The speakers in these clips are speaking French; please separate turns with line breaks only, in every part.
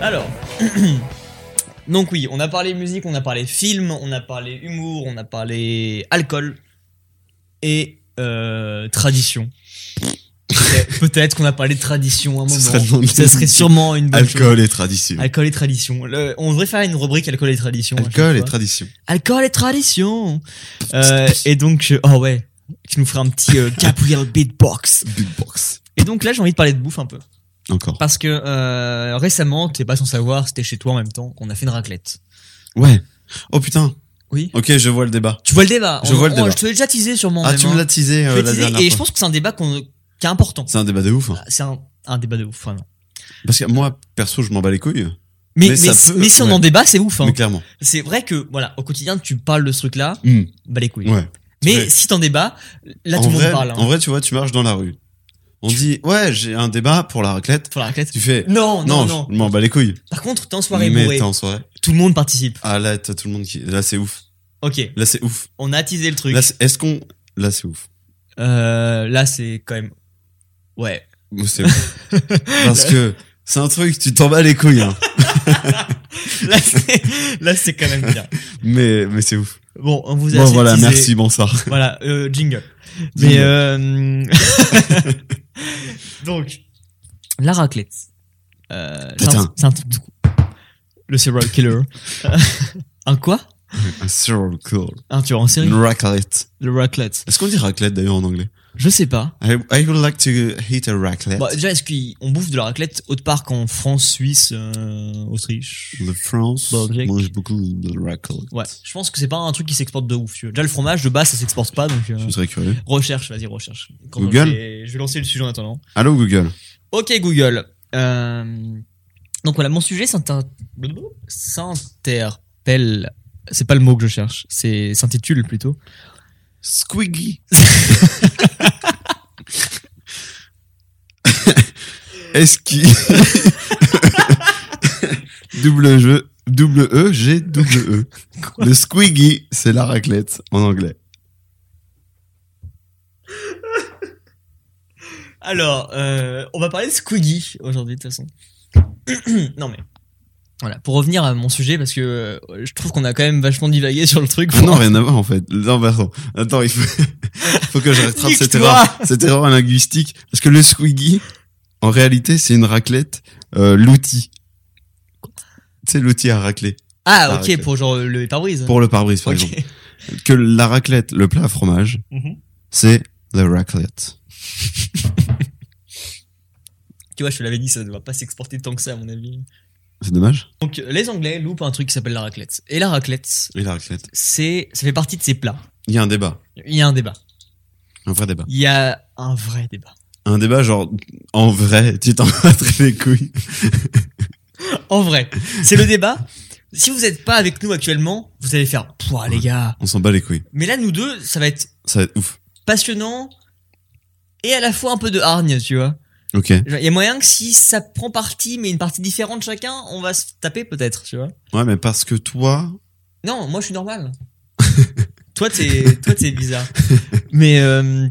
Alors, donc oui, on a parlé musique, on a parlé film, on a parlé humour, on a parlé alcool et euh, tradition. Peut-être- Peut-être qu'on a parlé de tradition à un moment.
Ce serait le nom de
Ça serait
l'émission.
sûrement une bonne chose.
Alcool et tradition.
Bah, Alcool et tradition. Le- on devrait faire une rubrique alcool et tradition. à chaque
Alcool et
fois.
tradition.
Alcool et tradition. Euh, et donc, je- oh ouais, tu nous feras un petit euh, Gabriel beatbox.
Big box.
Et donc là, j'ai envie de parler de bouffe un peu.
Encore.
Parce que euh, récemment, t'es pas sans savoir, c'était chez toi en même temps, qu'on a fait une raclette.
Ouais. Oh putain.
Oui.
Ok, je vois le débat.
Tu vois le débat
Je vois le débat.
Je te l'ai déjà teasé sûrement.
ah,
même,
tu me
hein.
l'as teasé
Je
euh,
l'ai
la
teasé,
dernière
Et je
fois.
pense que c'est un débat qu'on- qui est important.
C'est un débat de ouf. hein.
C'est un, un débat de ouf, vraiment.
Parce que moi, perso, je m'en bats les couilles.
Mais, mais,
Mais ça
si-
peut-
mais si on
ouais.
en débat, c'est ouf. hein.
Mais clairement.
C'est vrai que, voilà, au quotidien, tu parles de ce truc-là,
Hmm.
bah les couilles.
Ouais.
mais
vrai.
si t'en débats, là,
en,
tout le
vrai,
monde parle. hein.
en vrai, tu vois, tu marches dans la rue. On dit, ouais, j'ai un débat pour la raclette.
Pour la raclette.
Tu fais,
Non, non,
non,
non.
je m'en bats les couilles.
Par contre, t'es en soirée
mais
bourrée,
t'es en soirée.
tout le monde participe.
Ah là, t'as tout le monde qui. Là, c'est ouf.
Ok,
Là, c'est ouf.
on a teasé le truc.
Là, c'est- est-ce qu'on. Là, c'est ouf.
Euh, là c'est quand même... Ouais.
Moi, C'est ouf. Parce que c'est un truc, tu t'en bats les couilles. Hein.
Là, c'est- Là, c'est quand même bien.
Mais, mais c'est ouf.
Bon, on vous a
Bon,
assez
voilà,
teasé.
merci, bonsoir.
Voilà, euh, jingle.
Jingle.
Mais euh... donc la raclette. Euh, c'est un-
Putain.
c'est un truc de Le serial killer. Euh, un quoi
Un circle.
Un tueur en série.
Ah, Une raclette.
Le raclette.
Est-ce qu'on dit raclette d'ailleurs en anglais
Je sais pas.
I, I would like to hit a raclette.
Bah, déjà, est-ce qu'on bouffe de la raclette autre part qu'en France, Suisse, euh, Autriche
Le France
Belgique.
mange beaucoup de raclette.
Ouais, je pense que c'est pas un truc qui s'exporte de ouf. tu vois. Déjà, le fromage de base, ça s'exporte pas, donc euh,
Je suis très curieux.
recherche, vas-y, recherche. Quand
Google
je vais- Je vais lancer le sujet en attendant.
Allô Google.
Ok Google. Euh, Donc voilà, mon sujet s'inter- s'interpelle. C'est pas le mot que je cherche, c'est s'intitule plutôt.
Squiggy. Est-ce qui double jeu double e g double e. Le squiggy, c'est la raclette en anglais.
Alors, euh, on va parler de Squiggy aujourd'hui de toute façon. non mais voilà, pour revenir à mon sujet parce que euh, je trouve qu'on a quand même vachement divagué sur le truc.
Non, rien à voir en fait. Non, pardon. Attends, il faut, faut que je rattrape cette
Nique-toi.
erreur, cette erreur linguistique. Parce que le squiggy, en réalité, c'est une raclette, euh, l'outil. Tu sais, l'outil à racler
Ah
Ah,
ok,
ok.
pour genre le pare-brise.
pour le pare-brise, par
Ok.
exemple. Que la raclette, le plat à fromage,
Mhm.
c'est the raclette.
Tu vois, je te l'avais dit, ça ne va pas s'exporter tant que ça à mon avis.
C'est dommage.
Donc les Anglais loupent un truc qui s'appelle la raclette. Et la raclette,
Et la raclette.
c'est ça fait partie de ces plats.
Il y a un débat.
Il y a un débat.
Un vrai débat.
Il y a un vrai débat.
Un débat genre, en vrai, tu t'en battrais les couilles.
En vrai, c'est le débat. Si vous n'êtes pas avec nous actuellement, vous allez faire Pouah, les gars.
On s'en bat les couilles.
Mais là, nous deux, ça va être
Ça va être ouf.
passionnant et à la fois un peu de hargne, tu vois.
Ok.
Genre, Il y a moyen que si ça prend partie, mais une partie différente chacun, on va se taper peut-être, tu vois.
Ouais, mais parce que toi,
Non, moi, je suis normal. toi, t'es, toi, t'es bizarre. mais euh,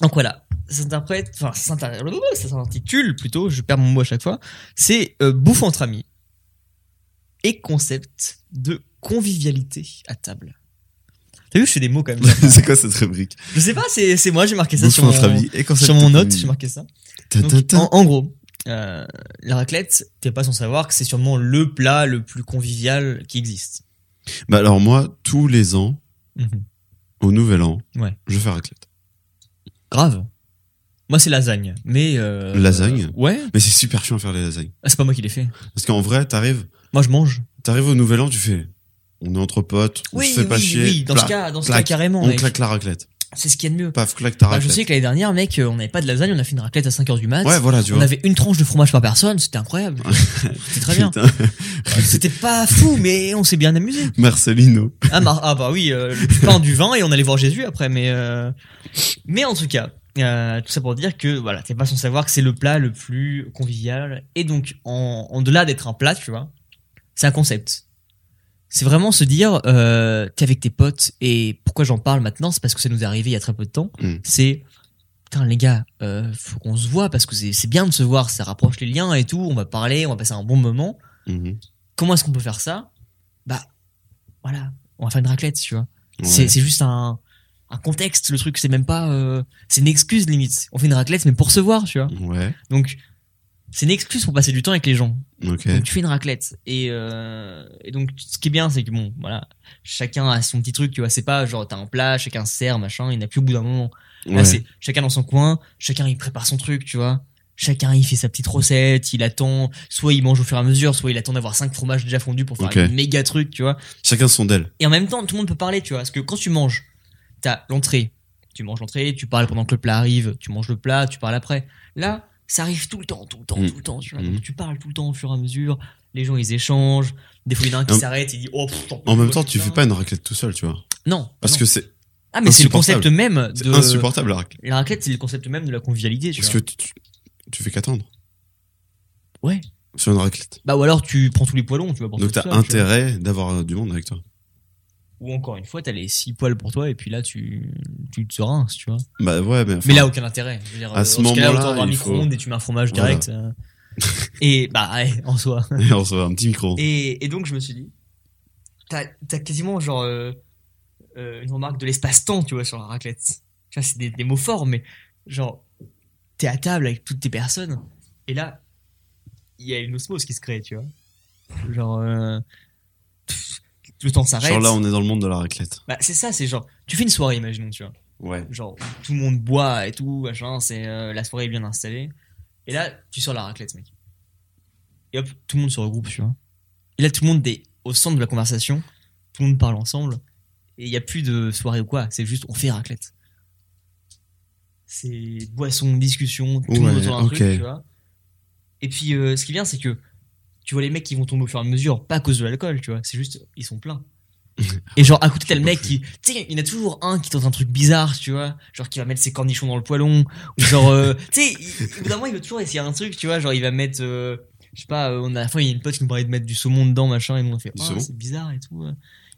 donc voilà, ça s'interprète, enfin, ça s'inter- ça s'intitule plutôt. Je perds mon mot à chaque fois. C'est euh, bouffe entre amis et concept de convivialité à table. T'as vu, je fais des mots quand même.
c'est quoi cette rubrique?
je sais pas, c'est, c'est moi, j'ai marqué ça
Bouffe
sur mon,
entre amis et concept
sur mon
de
note,
communisme.
j'ai marqué ça.
Ta,
Donc,
ta, ta.
en, en gros, euh, la raclette, t'es pas sans savoir que c'est sûrement le plat le plus convivial qui existe.
Bah alors moi, tous les ans, au Nouvel An,
Ouais.
je fais raclette.
Grave. Moi, c'est lasagne. Mais. euh,
Lasagne
Ouais.
Mais c'est super chiant à faire les lasagnes.
Ah, C'est pas moi qui l'ai fait.
Parce qu'en vrai, t'arrives,
Moi, je mange.
t'arrives au Nouvel An, tu fais, on est entre potes, on se fait pas chier.
Dans
plac,
ce cas, dans ce cas
clac,
carrément.
on
mec.
claque la raclette.
C'est ce qu'il y a de mieux.
Paf, claque ta
Bah, je
raclette.
sais que l'année dernière, mec, euh, on n'avait pas de lasagne, on a fait une raclette à 5h du mat.
ouais, voilà, tu
on
vois.
avait une tranche de fromage par personne, c'était incroyable. c'était très bien.
Putain,
C'était pas fou, mais on s'est bien amusé.
Marcelino.
Ah, mar- ah bah oui, euh, le pain du vin et on allait voir Jésus après, mais euh, mais en tout cas, euh, tout ça pour dire que voilà, t'es pas sans savoir que c'est le plat le plus convivial et donc en, en delà d'être un plat, tu vois, c'est un concept. C'est vraiment se dire, euh, t'es avec tes potes et pourquoi j'en parle maintenant, c'est parce que ça nous est arrivé il y a très peu de temps.
Mm.
C'est Putain les gars, euh, faut qu'on se voit parce que c'est c'est bien de se voir, ça rapproche les liens et tout, on va parler, on va passer un bon moment.
Mhm.
Comment est-ce qu'on peut faire ça Bah, voilà, on va faire une raclette, tu vois. C'est
Ouais.
c'est juste un, un contexte, le truc. C'est même pas. euh, c'est une excuse limite. On fait une raclette, mais pour se voir, tu vois.
Ouais.
Donc, c'est une excuse pour passer du temps avec les gens.
Ok.
Donc, tu fais une raclette. Et, euh, et donc, ce qui est bien, c'est que bon, voilà, chacun a son petit truc, tu vois. C'est pas genre t'as un plat, chacun sert, machin, il n'y en a plus au bout d'un moment. Là,
Ouais.
Ah, c'est chacun dans son coin, chacun il prépare son truc, tu vois. Chacun il fait sa petite recette, il attend, soit il mange au fur et à mesure, soit il attend d'avoir cinq fromages déjà fondus pour faire
Ok.
un méga truc, tu vois.
Chacun son d'elle.
Et en même temps, tout le monde peut parler, tu vois. Parce que quand tu manges, t'as l'entrée. Tu manges l'entrée, tu parles pendant que le plat arrive, tu manges le plat, tu parles après. Là, ça arrive tout le temps, tout le temps,
Mm.
tout le temps. Tu, vois. Donc,
Mm.
tu parles tout le temps au fur et à mesure. Les gens, ils échangent. Des fois, il y en a un qui
En-
s'arrête, il dit Oh, pff, j'en peux
En même
plus,
temps, tu
putain.
fais pas une raclette tout seul, tu vois.
Non.
Parce
non.
que c'est
Ah, mais c'est le
insupportable.
concept même
c'est
de.
insupportable la raclette.
La raclette, c'est le concept même de la convivialité, tu
Parce que
vois.
tu, tu- tu fais qu'attendre.
Ouais.
Sur une raclette.
Bah, ou alors, tu prends tous les poilons, tu vas porter
Donc
tout
t'as
seul, tu vois.
intérêt d'avoir euh, du monde avec toi.
Ou encore une fois, t'as les six poils pour toi, et puis là, tu, tu te rinces, tu vois.
Bah ouais, mais. enfin,
Mais là, aucun intérêt. Je veux dire,
à
euh,
ce
dans cas-là,
moment-là,
autant avoir un
il
micro-ondes
faut-
et tu mets un fromage
Voilà.
direct. euh, et bah, ouais, en soi.
on se fait un petit micro.
Et, et donc, je me suis dit, t'as t'as quasiment genre euh, euh, une remarque de l'espace-temps, tu vois, sur la raclette. Tu vois, c'est des, des mots forts, mais genre, t'es à table avec toutes tes personnes, et là, il y a une osmose qui se crée, tu vois. Genre, euh, pff, le temps s'arrête.
Genre là, on est dans le monde de la raclette.
Bah, c'est ça, c'est genre, tu fais une soirée, imaginons, tu vois
Ouais.
genre tout le monde boit et tout, machin, c'est euh, la soirée est bien installée. Et là, tu sors la raclette, mec. Et hop, tout le monde se regroupe, tu vois. Et là, tout le monde est au centre de la conversation, tout le monde parle ensemble, et il n'y a plus de soirée ou quoi, c'est juste on fait raclette. C'est boisson, discussion, tout le monde
Ouais,
autour d'un
ok.
truc, tu vois. Et puis, euh, ce qui est bien, c'est que tu vois les mecs qui vont tomber au fur et à mesure, pas à cause de l'alcool, tu vois, c'est juste, ils sont pleins. Et genre, à côté, t'as le
J'en peux
mec qui. Tu sais, il y en a toujours un qui tente un truc bizarre, tu vois. Genre, qui va mettre ses cornichons dans le poêlon. Ou genre, euh, tu sais, il- au bout d'un moment, il veut toujours essayer un truc, tu vois. Genre, il va mettre. euh, je sais pas, euh, on a, à la fin, il y a une pote qui nous parlait de mettre du saumon dedans, machin. Et nous, on fait.
Du
Oh,
saumon
c'est bizarre et tout. euh.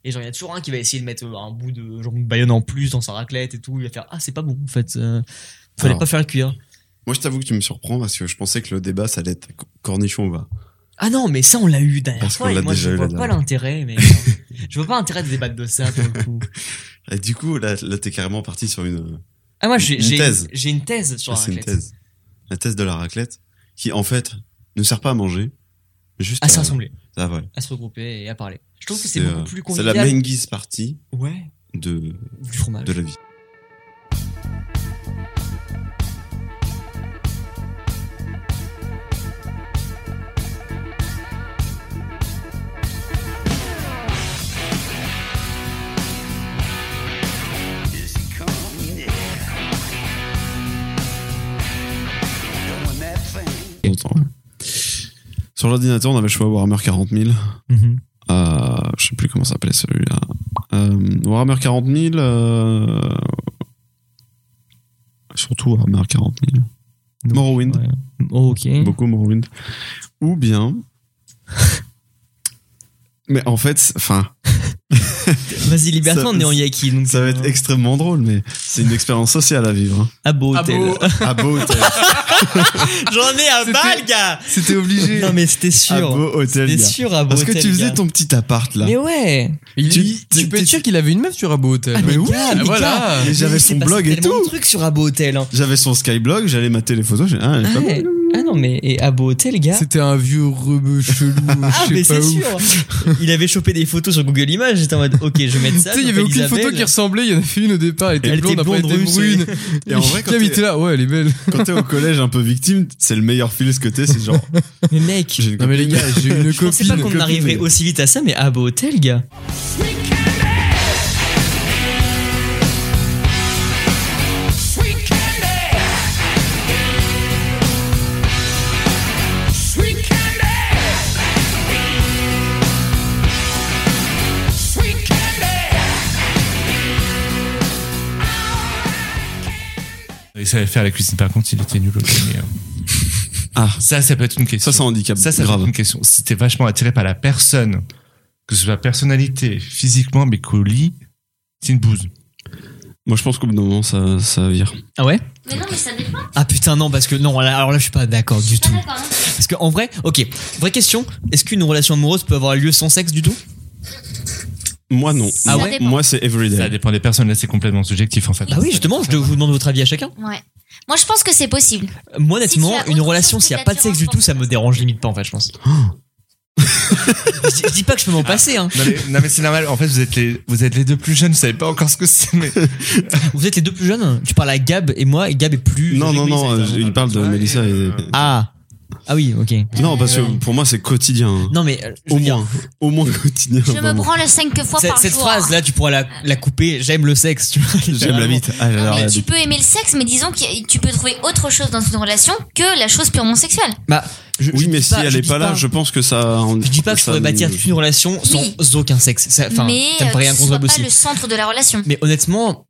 Et genre, il y a toujours un qui va essayer de mettre euh, un bout de genre, de bayonne en plus dans sa raclette et tout. Il va faire. Ah, c'est pas bon, en fait. euh, fallait
Alors.
pas faire le cuir.
Moi, je t'avoue que tu me surprends parce que je pensais que le débat, ça allait être co- cornichon ou va.
Ah non, mais ça, on l'a eu dernière
Parce
fois.
qu'on
Et
l'a
moi,
déjà
je
eu
vois
la
pas
dernière
l'intérêt, mais. euh, je vois pas l'intérêt de débattre de ça, pour le coup.
Et du coup, là, là t'es carrément parti sur une,
Ah, moi, j'ai
Une
j'ai-
thèse.
j'ai une thèse sur
Ah,
la
c'est une
raclette.
thèse. La thèse de la raclette, qui en fait ne sert pas à manger, mais juste
À se
à,
rassembler.
Ah, voilà.
à se regrouper et à parler. Je trouve que c'est
C'est,
beaucoup
euh,
plus
C'est
convivial.
la main guise partie
Ouais,
de,
du fromage.
de la vie. Longtemps, ouais. Sur l'ordinateur, on avait le choix Warhammer 40 000.
Mhm.
Euh, je sais plus comment s'appelait celui-là. Euh, Warhammer 40 000. euh, Surtout Warhammer 40 000.
Donc,
Morrowind.
ouais. Oh, ok.
Mmh.
Beaucoup Morrowind. Ou bien. mais en fait, c'est- enfin,
Vas-y,
Ça-
Libertin, on est en Yaki. Donc euh,
ça va être extrêmement drôle, mais c'est une expérience sociale à vivre. hein.
à beau
Ah
hôtel.
bon
À Beau Hôtel.
J'en ai un
C'était-
bal, gars
C'était obligé.
Non, mais c'était
à
sûr.
Beau Hôtel.
C'était
gars.
sûr à beau
Parce que
hôtel,
tu faisais
gars.
ton petit appart là.
Mais ouais
Il-
Tu-
il- tu,
t'es-
peux être
t'es-
sûr qu'il avait une meuf sur Abo Hotel.
Ah, mais
oui,
gars, mais
voilà.
Mais j'avais
il
son
s'est passé
blog et
tellement de
tout.
trucs sur à beau hôtel. hein.
J'avais son Skyblog, j'allais mater les photos. j'ai- Ah, elle est
Ah,
pas
ouais.
mal.
Ah non, mais et à beau hôtel, gars.
C'était un vieux rebeu chelou.
Ah,
je
mais
sais pas
c'est
où.
sûr Il avait chopé des photos sur Google Images. J'étais en mode, ok, je vais mettre
Tu
Ah,
ça.
sais, il y
je
avait
m'appelle
aucune photo
Isabelle.
qui ressemblait. Il y en a fait une au départ. Elle était
Elle était
blonde, après elle
blonde,
était
rousse,
brune.
Et en vrai, quand
Cam, il
t'es-
était là. Ouais, elle est belle.
quand t'es au collège un peu victime, c'est le meilleur feel que t'es. C'est genre,
Mais mec,
j'ai une
Non, mais les
copine.
gars, j'ai une
je pensais
copine.
pas qu'on
copine.
arriverait aussi vite à ça, mais à beau hôtel, gars.
Il savait faire la cuisine, par contre, il était nul au euh, premier.
Ah.
Ça, ça peut être une question.
Ça, c'est un handicap.
ça, ça peut
grave.
être une question. Si t'es vachement attiré par la personne, que ce soit personnalité, physiquement, mais qu'au lit, c'est une bouse.
Moi, je pense qu'au bout d'un moment, ça, ça vire.
Ah ouais
Mais non, mais ça dépend.
Ah putain, non, parce que non, là- alors là, je suis pas d'accord du
Ah,
tout.
d'accord. non.
Parce que en vrai, ok, vraie question, est-ce qu'une relation amoureuse peut avoir lieu sans sexe du tout
Moi, non.
Ah
ouais
Moi, c'est
Ça
everyday.
dépend des personnes. Là, c'est complètement subjectif, en fait.
Bah oui, justement, je vous demande votre avis à chacun.
Ouais. Moi, je pense que c'est possible.
Moi, honnêtement,
Si tu as
une
autre
relation,
chose
s'il n'y a
que
pas de sexe du
d'attirance,
tout, ça me dérange limite pas, en fait, je pense.
Oh.
je, dis- je dis pas que je peux m'en passer, hein.
Non mais, non, mais c'est normal. En fait, vous êtes les, vous êtes les deux plus jeunes. Vous savez pas encore ce que c'est. Mais...
Vous êtes les deux plus jeunes Tu parles à Gab et moi, et Gab est plus.
Non,
âgé
non,
que Mélissa,
non, euh,
évidemment.
il parle de
Ouais,
Mélissa
et,
et.
euh,
Ah Ah oui, ok.
Non, parce
Euh,
que pour moi, c'est quotidien. hein.
Non, mais. euh, je
Au
veux dire,
moins. Au moins quotidien.
Je me
vraiment.
branle cinq fois
cette
par
cette
jour. hein.
phrase là, tu pourras la, la couper. J'aime le sexe, tu vois.
J'aime la bite. Ah,
Non,
j'adore
mais
la
tu
bite.
peux aimer le sexe, mais disons que tu peux trouver autre chose dans une relation que la chose purement sexuelle.
Bah, je-
Oui,
je
mais
dis
si elle
je
est
dis
pas là, je pense que ça.
Je dis pas que je
ça
pourrais
ne-
bâtir toute une relation sans
Oui.
aucun sexe. Ça, enfin,
mais
ça me
euh,
paraît
que ce soit
inconcevable
pas
aussi.
le centre de la relation.
Mais honnêtement,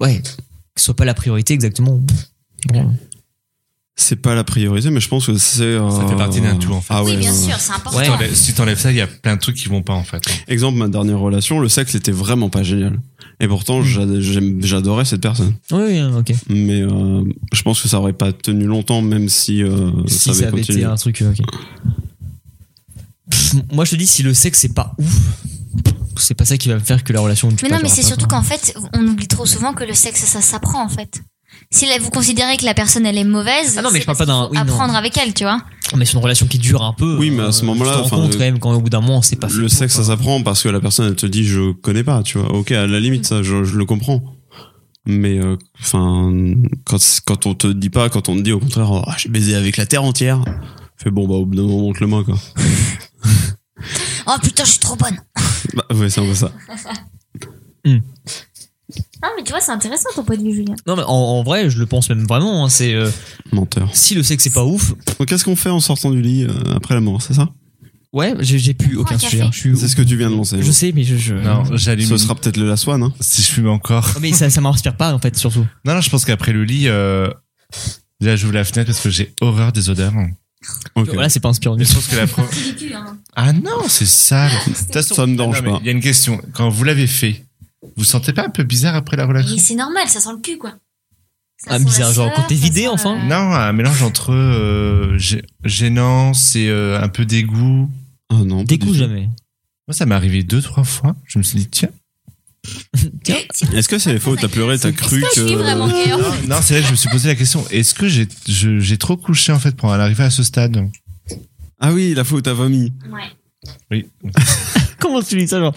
ouais, que ce soit pas la priorité exactement. Bon.
C'est pas la priorité, mais je pense que c'est.
Ça fait partie d'un tout, en fait.
Ah
oui,
ouais,
bien
ouais,
sûr,
ouais.
c'est important.
Ouais.
t'enlèves- Si tu t'enlèves ça, il y a plein de trucs qui vont pas, en fait.
Exemple, ma dernière relation, le sexe était vraiment pas génial. Et pourtant, j'a- j'aime- j'adorais cette personne.
Oui, oui, hein, ok.
Mais euh, je pense que ça aurait pas tenu longtemps, même si, euh,
Si ça avait été
continué.
un truc, euh, ok. Pff, moi, je te dis, si le sexe c'est pas ouf, c'est pas ça qui va me faire que la relation.
Mais non, mais c'est surtout qu'en fait, on oublie trop souvent que le sexe, ça s'apprend en fait. Si là, vous considérez que la personne elle est mauvaise,
Ah non, mais
c'est
je parle
parce
pas
qu'il
d'un-
faut
oui, non.
apprendre avec elle, tu vois.
Mais c'est une relation qui dure un peu.
Oui, mais à ce
euh,
moment-là,
tu te rends
enfin,
compte
le-
quand même quand au bout d'un moment, c'est pas. fait
Le
pour,
sexe, ça
quoi.
s'apprend parce que la personne, elle te dit, je connais pas, tu vois. Ok, à la limite, ça, je, je le comprends. Mais, euh, enfin, quand, quand on te dit pas, quand on te dit au contraire, oh, j'ai baisé avec la terre entière, fais bon, bah, au bout d'un moment, montre le moi, quoi.
Oh putain, je suis trop bonne.
Bah, ouais, c'est un peu ça.
Ah, mais tu vois, c'est intéressant ton point de vue, Julien.
Non, mais en, en vrai, je le pense même vraiment. hein, c'est euh,
Menteur.
si le sexe c'est pas ouf,
Donc, qu'est-ce qu'on fait en sortant du lit euh, après la mort, c'est ça
ouais, j'ai j'ai plus
Prends
aucun
un café.
sujet. hein, Je, suis-
C'est ce que tu viens de lancer.
je sais, mais je. je-
Non, j'allume.
Ce sera peut-être le la swan, hein.
Si je fume encore.
Non, mais ça, ça m'inspire pas en fait, surtout.
Non, non, je pense qu'après le lit, euh, déjà, j'ouvre la fenêtre parce que j'ai horreur des odeurs. Mais
Ok.
Voilà, c'est pas inspirant.
je pense que la pro-
hein.
Ah non, c'est sale. De toute façon,
Ah
Ça me dérange
non, mais
pas.
Il y a une question. Quand vous l'avez fait, vous sentez pas un peu bizarre après la relation
Et c'est normal, ça sent le cul, quoi. Ça
Ah,
sent la
bizarre, genre,
sueur,
quand t'es
ça
vidé,
sent,
enfin.
euh,
Non, un mélange entre euh, gê- gênance et euh, un peu dégoût.
Ah non. pas
Des
du
coups,
tout.
jamais.
Moi, ça m'est arrivé deux, trois fois. Je me suis dit, tiens.
Tiens,
si,
Est-ce que c'est faux T'as pleuré, t'as cru
Est-ce que je suis vraiment
que.
gay
Non, Ah, non, c'est vrai, que je me suis posé la question. Est-ce que j'ai je- j'ai trop couché, en fait, pour en arriver à ce stade
Ah oui, la faute, t'as vomi.
Ouais.
Oui.
comment tu dis ça, genre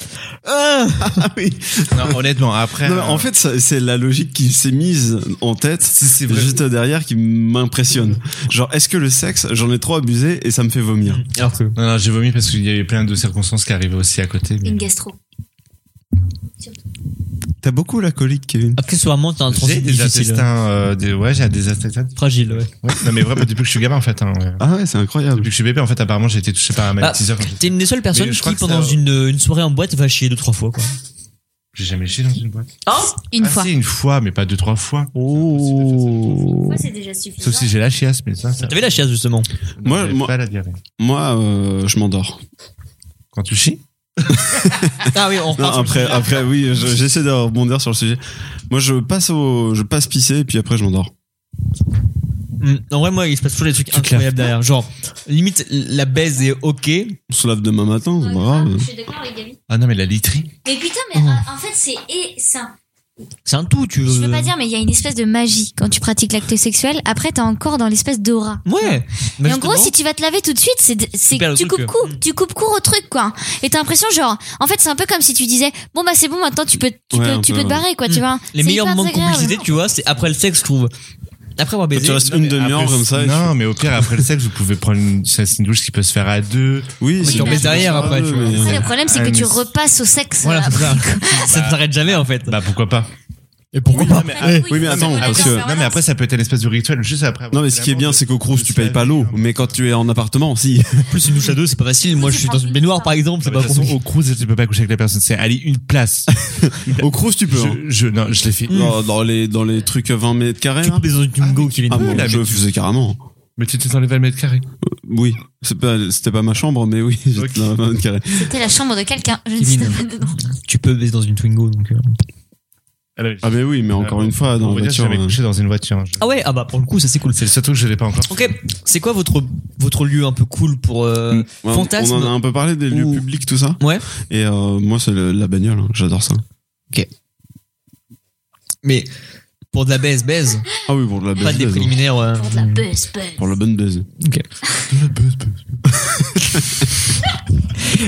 Ah
Ah oui.
Non, honnêtement, après. euh,
Non, mais en fait, ça- c'est la logique qui s'est mise en tête
si c'est vrai.
juste derrière qui m'impressionne.
Mm.
Genre, est-ce que le sexe, j'en ai trop abusé et ça me fait vomir
Alors que.
Non, non, j'ai vomi parce qu'il y avait plein de circonstances qui arrivaient aussi à côté. mais-
Une gastro.
T'as beaucoup la colique, Kevin.
Ah, Accessoirement, t'as un
J'ai
transit
des
difficile.
intestins. euh, des- Ouais, j'ai des intestins.
Fragile, ouais.
Ouais, Non, mais vraiment, depuis que je suis gamin, en fait. hein, ouais.
Ah ouais, c'est
Depuis
incroyable.
que je suis bébé, en fait, apparemment, j'ai été touché par un magnétiseur. quand j'étais-
Bah, Ah, T'es une des seules personnes
Mais je
qui,
crois que
pendant
ça-
une, une soirée en boîte, va chier deux, trois fois, quoi.
J'ai jamais chié dans une boîte.
Une
Ah,
fois.
si, une fois, mais pas deux, trois fois.
Oh.
c'est déjà suffisant.
Sauf si j'ai la chiasse, mais ça, ça
T'avais la chiasse, justement.
Non,
Moi-
j'avais
moi-
pas la diarrhée.
Moi, euh, je m'endors.
Quand tu chies
Ah oui, on
Non,
repart sur le
après,
sujet.
après, oui, je- j'essaie de rebondir sur le sujet. Moi, je passe au, je passe pisser et puis après, je m'endors.
Mm, En vrai, moi, il se passe toujours des trucs
te laves
incroyables derrière. Genre, limite, la baise est ok.
On se lave demain matin, c'est pas
Je
grave.
suis d'accord avec Gabi.
Ah non, mais la literie.
Mais putain, mais
Oh.
euh, en fait, c'est et ça.
C'est un tout, tu veux.
Je veux pas dire, mais il y a une espèce de magie quand tu pratiques l'acte sexuel. Après, t'es encore dans l'espèce d'aura.
Ouais. Bah, Mais
Et en gros, si tu vas te laver tout de suite, c'est c'est-
perds le
tu
truc, euh.
coupes court, tu coupes court au truc quoi. Et t'as l'impression genre, en fait, c'est un peu comme si tu disais, bon bah c'est bon maintenant tu peux tu
Ouais,
peux
un
tu
peu,
peux te
ouais.
barrer quoi,
Mm.
tu vois.
Les
C'est
meilleurs
hyper
moments de
désagréable.
complicité, tu vois, c'est après le sexe, je trouve. Après avoir
Quand
baisé.
tu restes
Non,
une
mais
demi-heure
Ah,
après-
comme ça. et
Non, mais au pire, après le sexe, vous pouvez prendre une, c'est une douche qui peut se faire à deux.
tu- Oui,
mais
si,
tu remets
mais-
derrière après, tu vois.
mais-
Ça, le problème c'est que
Ah,
tu
mais-
repasses au sexe. euh,
Voilà, c'est
après.
ça. Ça ne s'arrête jamais, en fait.
Bah pourquoi pas
Et pourquoi Ah
Non, mais,
Eh, oui, mais attends,
non, mais
parce
après-
que-
non, mais après, ça peut être un espèce de rituel juste après. avoir
Non, mais
fait
ce qui est
l'amour,
bien,
de-
c'est qu'au
de
Crous, tu
se
payes
laver,
pas l'eau.
hein.
Mais quand tu es en appartement, si.
plus une douche à deux, c'est pas facile. Moi, je suis dans une baignoire, par exemple, c'est
De toute
pas
façon,
compliqué.
au cruise, tu peux pas coucher avec la personne. C'est aller une place.
Au Crous, tu peux. hein.
Je, je- non, je l'ai fait.
Dans, dans les, dans les trucs 20 mètres carrés.
Tu
là.
peux dans une Twingo, Kevin.
Ah,
peux,
bon,
là,
je
mais tu-
faisais carrément.
Mais tu t'es enlevé le mètre carré.
Oui, c'est pas- c'était pas ma chambre, mais oui, j'étais
Ok.
dans 20 mètres carrés.
C'était la chambre de quelqu'un. Je ne sais
Kevin.
pas dedans.
Tu peux baiser dans une Twingo, donc. euh,
Ah, bah oui.
Ah, mais oui, mais encore
Euh,
une fois, dans
Pour vous
la
dire, j'ai
voiture.
jamais
euh,
couché dans une voiture. hein, Je-
Ah ouais, ah bah pour le coup, ça c'est cool.
C'est le seul truc que je n'ai pas encore.
Ok, c'est quoi votre, votre lieu un peu cool pour. euh,
ouais,
fantasme
On en a un peu parlé des lieux
ou-
publics, tout ça.
Ouais.
Et euh, moi, c'est le- la bagnole. hein, J'adore ça.
Mais pour de la baise, baise,
Ah oui, pour de la baise.
pas des
baise, hein.
préliminaires. euh,
Pour de la buzz buzz.
Pour la bonne baise.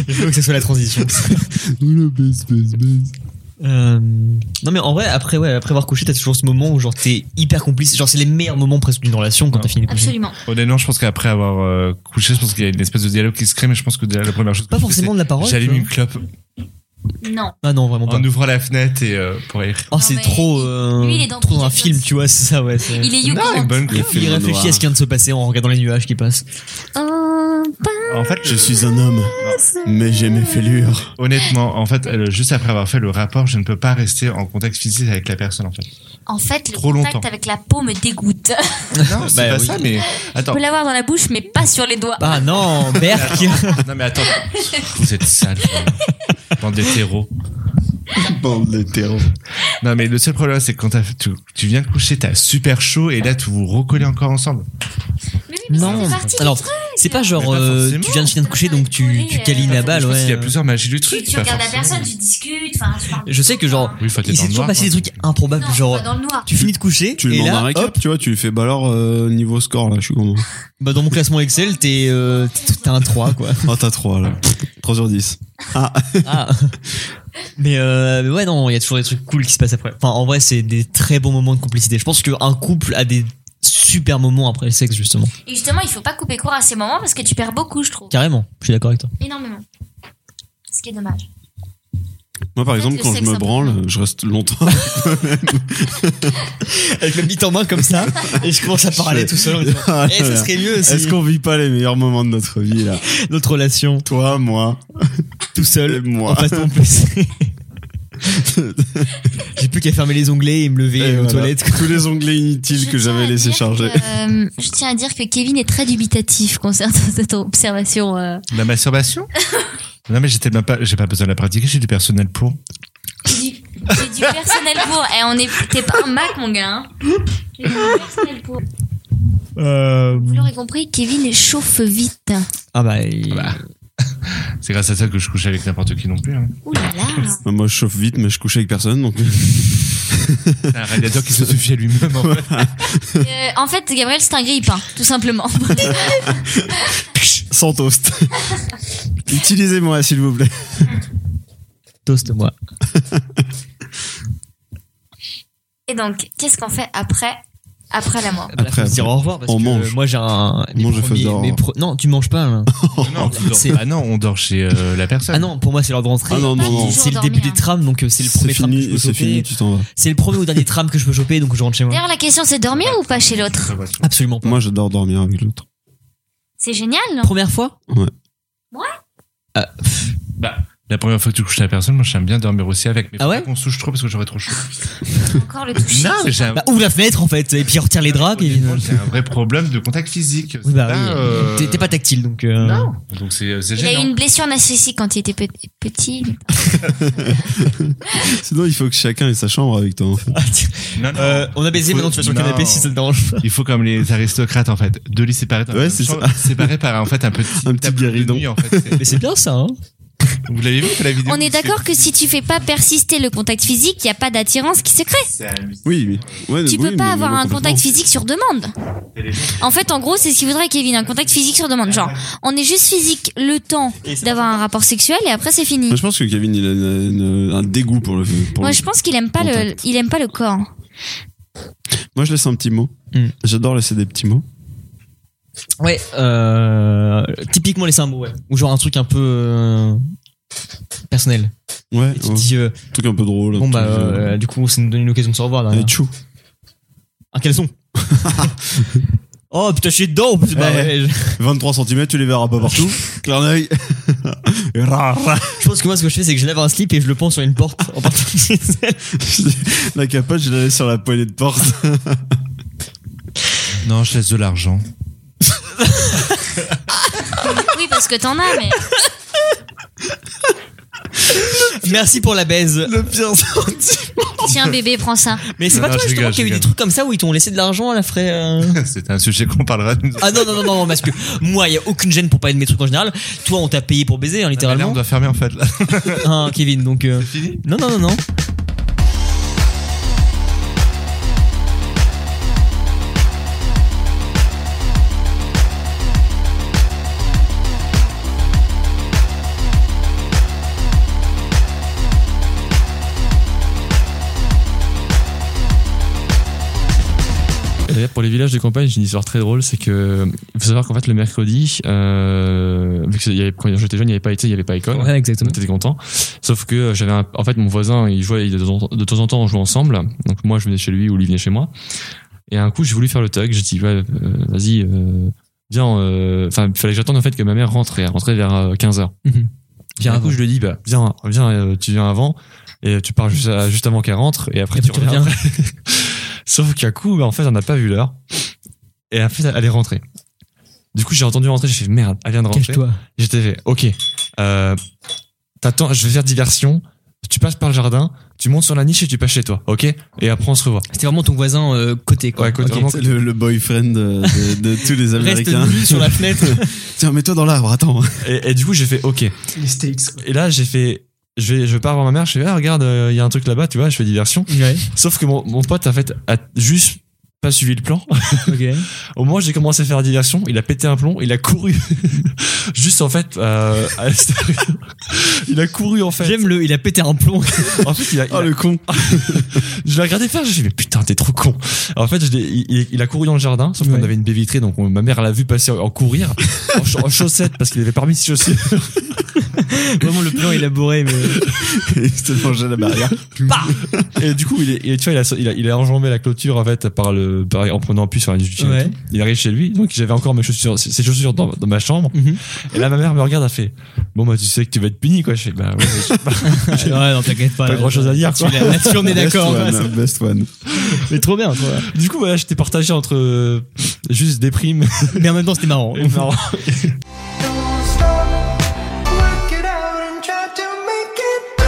Je veux que ça soit la transition.
baise, baise, baise.
Euh, non mais en vrai après ouais après avoir couché t'as toujours ce moment où genre t'es hyper complice genre c'est les meilleurs moments presque d'une relation quand t'as fini de coucher
Absolument.
Honnêtement, je pense qu'après avoir euh, couché, je pense qu'il y a une espèce de dialogue qui se crée, mais je pense que déjà, la première chose. que
pas
je fais,
forcément de la
c'est
parole
J'allume
tu
une clope
Non.
vois. ah non vraiment pas
en ouvrant la fenêtre et euh, pour rire.
oh
Non,
c'est
mais
trop
il-
euh,
lui, il est dans
trop dans un
Peter
film
Jackson.
tu vois c'est ça ouais c'est-
Il est Yuki.
Non, une bonne
Il
clope.
fait
il
le
réfléchit
noir.
à ce qui vient de se passer en regardant les nuages qui passent
Oh, pas
En fait,
Je suis un homme, mais j'ai mes fêlures.
Honnêtement, en fait, euh, juste après avoir fait le rapport, je ne peux pas rester en contact physique avec la personne, en fait.
Eh
En fait, le
Trop
contact
longtemps.
avec la peau me dégoûte.
Non, c'est
Bah
pas
oui.
ça, mais
Je
attends.
peux l'avoir dans la bouche, mais pas sur les doigts.
ah non Berk
Non, mais attends. Vous êtes sale, bande d'hétéros.
Bande d'hétéros.
Non, mais le seul problème, c'est que quand t'as- tu, tu viens de coucher, t'as super chaud et là, tu vous recollez encore ensemble.
Mais oui, mais
non
c'est parti.
alors c'est pas genre
Mais pas
euh,
forcément.
tu viens de finir de coucher donc tu tu
Pas
câlines la
forcément,
balle
Je pense qu'il y
Ah, ouais
a plusieurs magies du truc.
tu, tu
pas
regardes la
forcément.
personne, tu discutes. Enfin, je, parle de-
Je sais que genre,
Oui, faut être
il
dans
s'est
le
toujours
noir,
passé
quoi.
des trucs
Non,
improbables genre
pas dans le noir.
tu finis de coucher
Tu lui
et
demandes un
là
récap,
hop
tu vois, tu lui fais bah alors euh, niveau score là, je suis comment
bah dans mon classement Excel t'es euh, t'as un 3 quoi
Ah t'as 3 là. 3 sur 10.
Ah. Mais, euh, mais ouais, non, il y a toujours des trucs cool qui se passent après. Enfin, en vrai, c'est des très bons moments de complicité. Je pense qu'un couple a des super moments après le sexe, justement.
Et justement, il faut pas couper court à ces moments parce que tu perds beaucoup, je trouve.
Carrément, je suis d'accord avec toi.
Énormément. Ce qui est dommage.
Moi par
Peut-être
exemple
le
quand je
sexe
me
un peu
branle, je reste longtemps.
Avec la bite en main comme ça, et je commence à parler tout seul. en disant,
Ah,
Eh, ça serait mieux si
Est-ce qu'on vit pas les meilleurs moments de notre vie là
notre relation,
Toi, moi,
tout
et
seul, en
moi.
face de mon PC. J'ai plus qu'à fermer les onglets et me lever
Et
euh, aux
voilà.
toilettes. quoi.
Tous les onglets inutiles
Je
que
tiens à
j'avais laissé
dire
charger.
que, euh, je tiens à dire que Kevin est très dubitatif concernant cette observation. euh.
La masturbation Non, mais j'étais même pas, j'ai pas besoin de la pratiquer, j'ai du personnel pour.
J'ai du, j'ai du personnel pour. Et on est, t'es pas un Mac, mon gars. hein. J'ai du personnel pour.
Euh,
Vous l'aurez compris, Kevin chauffe vite.
Ah bah, il-
Bah. C'est grâce à ça que je couche avec n'importe qui non plus. hein.
Ouh là là.
Bah, Moi, je chauffe vite, mais je couche avec personne, donc euh,
C'est un radiateur qui se suffit à lui-même. en fait.
Euh, en fait, Gabriel, c'est un grille-pain, tout simplement.
sans toast. Utilisez-moi, s'il vous plaît.
toast-moi.
Et donc, qu'est-ce qu'on fait après, après la mort
Après,
Après,
faut se dire
après.
au revoir parce
On
que
mange.
moi j'ai un. les
Mange et fais
premiers-
dehors.
mes pro- Non, tu manges pas. là.
Non, tu dors-
C'est-
Ah non, on dort chez euh, la personne.
Ah non, pour moi c'est l'heure de rentrer.
Ah non, non, non.
C'est le
Toujours
début
dormir.
des trams, donc euh, c'est le premier tram que je peux
fini, c'est
choper.
fini, tu t'en vas.
C'est le premier ou dernier tram que je peux choper, donc je rentre chez moi.
D'ailleurs, la question, c'est dormir ou pas chez l'autre
Absolument pas.
Moi, j'adore dormir avec l'autre.
C'est génial, hein, non
Première fois
Ouais.
Ouais.
Ah, pff,
Bah, la première fois que tu couches la personne, moi j'aime bien dormir aussi avec. Mais
Ah
faut
ouais
pas qu'on se touche trop parce que j'aurais trop chaud.
Encore le toucher.
Non, mais j'ai un...
bah, ouvre la fenêtre en fait, et puis retire les draps. Et...
Honnêtement, j'ai un vrai problème de contact physique.
Oui, bah
C'est
oui.
pas, euh,
T'es- T'es pas tactile donc. euh,
Non. Donc c'est c'est
Il a eu
gênant.
une blessure narcissique quand il était pe- petit.
Sinon, il faut que chacun ait sa chambre avec toi. en fait.
Non, non.
Euh, on a baisé,
Faut-
maintenant tu vas sur le
non.
canapé si ça te dérange.
Il faut comme les aristocrates en fait, deux lits séparés. dans la
Ouais,
même
c'est
chambre, Séparés par en fait un petit,
Un petit
tableau de
guéridon.
nuit, en fait. C'est-
Mais c'est bien ça, hein.
Vous l'avez vu la vidéo
On est
qui se fait-
d'accord que si tu fais pas persister le contact physique, il n'y a pas d'attirance qui se crée.
C'est hallucinant.
Oui, mais. ouais,
Tu
oui,
peux pas
mais-
avoir
mais
un
complètement.
contact physique sur demande.
Et les gens-
En fait, en gros, c'est ce qu'il voudrait, Kevin, un contact physique sur demande. Genre, on est juste physique le temps d'avoir un rapport sexuel et après c'est fini.
Moi, je pense que Kevin, il a une- une- un dégoût pour le. Pour
Moi,
le-
je pense qu'il aime pas le,
contact.
il aime pas le corps.
Moi, je laisse un petit mot.
Hmm.
J'adore laisser des petits mots.
Ouais, euh, typiquement les symbos, ouais. Ou genre un truc un peu euh, personnel.
Ouais,
Et tu te
ouais.
dis, euh,
un truc un peu drôle. un
bon bah,
truc, euh,
euh, du coup, ça nous donne une occasion de se revoir. derrière.
eh, tchou.
Un caleçon. oh putain, je suis dedans. en plus. Bah,
Ouais.
ouais, je-
23 cm, tu les verras pas partout. Clin d'œil. Et ra, ra.
Je pense que moi, ce que je fais, c'est que je lève un slip et je le pends sur une porte en partant de chez elle.
la capote, je la laisse sur la poignée de porte.
Non, je laisse de l'argent.
Oui, parce que t'en as, mais.
Merci pour la baise.
Le pire sentiment.
Tiens, bébé, prends ça.
Mais c'est
Non,
pas
non,
toi
je
justement
rigole,
qui a eu
je
des
rigole.
trucs comme ça où ils t'ont laissé de l'argent à la frais. euh,
C'était un sujet qu'on parlera. nous.
Ah non, non, non, non, non, parce que moi, il n'y a aucune gêne pour parler de mes trucs en général. Toi, on t'a payé pour baiser, hein,
Là, on
littéralement.
doit fermer en fait. Ah, Là.
Hein, Kevin, donc. euh,
fini
Non, non, non, non.
D'ailleurs, pour les villages de campagne, j'ai une histoire très drôle, c'est que il faut savoir qu'en fait le mercredi, euh, vu que c'est- il y avait- quand j'étais jeune, il n'y avait pas été, il n'y avait pas école.
Ouais, exactement.
On était content. Sauf que euh, j'avais un- en fait mon voisin, il jouait il- de temps en temps- de temps en temps, on jouait ensemble. Donc moi je venais chez lui ou lui venait chez moi. Et un coup j'ai voulu faire le tug. J'ai dit ouais, euh, vas-y, euh, viens. euh, Enfin il fallait que j'attende en fait que ma mère rentre. et Elle rentrait vers euh, 15h.
Mhm.
Puis un coup je lui ai dit bah viens, viens, euh, tu viens avant et tu pars juste, à- juste avant qu'elle rentre et après
Et
tu,
après, tu
reviens. Sauf qu'un coup bah, en fait on n'a pas vu l'heure et en fait elle est rentrée. Du coup j'ai entendu rentrer, j'ai fait merde, elle vient de rentrer.
Cache-toi.
J'étais fait, ok, euh, t'attends, je vais faire diversion, tu passes par le jardin, tu montes sur la niche et tu passes chez toi, ok Et après on se revoit.
C'était vraiment ton voisin euh, côté, quoi.
Ouais, côté,
Ok.
vraiment.
C'est le, le boyfriend euh, de, de tous les
Reste
Américains.
nu sur la fenêtre.
Tiens, mets-toi dans l'arbre, attends.
Et, et du coup j'ai fait, ok.
Les States.
Et là j'ai fait, je, vais, je pars voir ma mère, je fais, ah, regarde, il y a un truc là-bas, tu vois, je fais diversion.
ouais,
Sauf que mon, mon pote, en fait, a juste pas suivi le plan.
ok.
Au moment où j'ai commencé à faire diversion, il a pété un plomb, il a couru. juste en fait, euh, à l'extérieur. il a couru en fait.
J'aime Ah, le. Il a pété un plomb.
En fait, il a- il
Oh
a
le con.
Je l'ai regardé faire, j'ai fait, mais putain, t'es trop con. Alors, en fait, je l'ai- il, il a couru dans le jardin, sauf
Ouais.
qu'on avait une baie vitrée, donc on- ma mère l'a vu passer en courir, en, cha- en chaussettes, parce qu'il avait pas remis ses chaussettes.
Vraiment le plan élaboré, mais.
Il se mangeait la barrière.
Et du coup, il est, il est- tu vois, il a, sa- il a, il a enjambé la clôture, en fait, par le, par- en prenant appui sur la du
Ouais.
Il arrive chez lui, donc j'avais encore mes chaussures, ses ses chaussures dans, dans ma chambre.
Mhm.
Et là, ma mère me regarde, elle fait, bon, bah, tu sais que tu vas être puni, quoi. Je fais, bah, ouais, mais je-
ouais, non, t'inquiète pas.
Pas
là,
grand-chose à dire,
tu-
quoi.
la- Là-dessus, on est d'accord.
Ah, Best one, hein, best one.
Mais trop bien, trop bien.
du coup, voilà, j'étais partagé entre euh, juste déprime
Mais en même temps, c'était marrant.
et marrant.
Don't stop, work it out and try to make it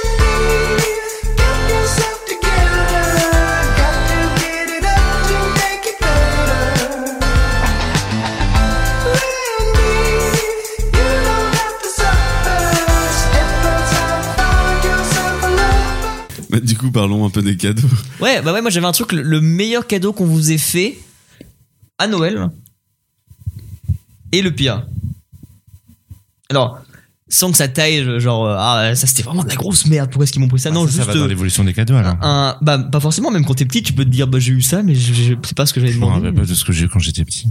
better. Get yourself together. Got to get it up to make it better. Let me, you don't have to suffer. Step outside, find yourself a lover.
Bah, du coup, parlons un peu des cadeaux.
Ouais, bah ouais, moi j'avais un truc, le- le meilleur cadeau qu'on vous ait fait à Noël et le pire. Alors, sans que ça taille, je- genre, euh, ah, ça c'était vraiment de la grosse merde, pourquoi est-ce qu'ils m'ont pris ça Non,
Ah, ça,
juste.
va dans
euh,
l'évolution des cadeaux alors.
un, bah, pas forcément, même quand t'es petit, tu peux te dire, bah j'ai eu ça, mais je, je- c'est pas ce que j'avais
Je me
demandé.
rappelle pas de ce que j'ai eu quand j'étais petit.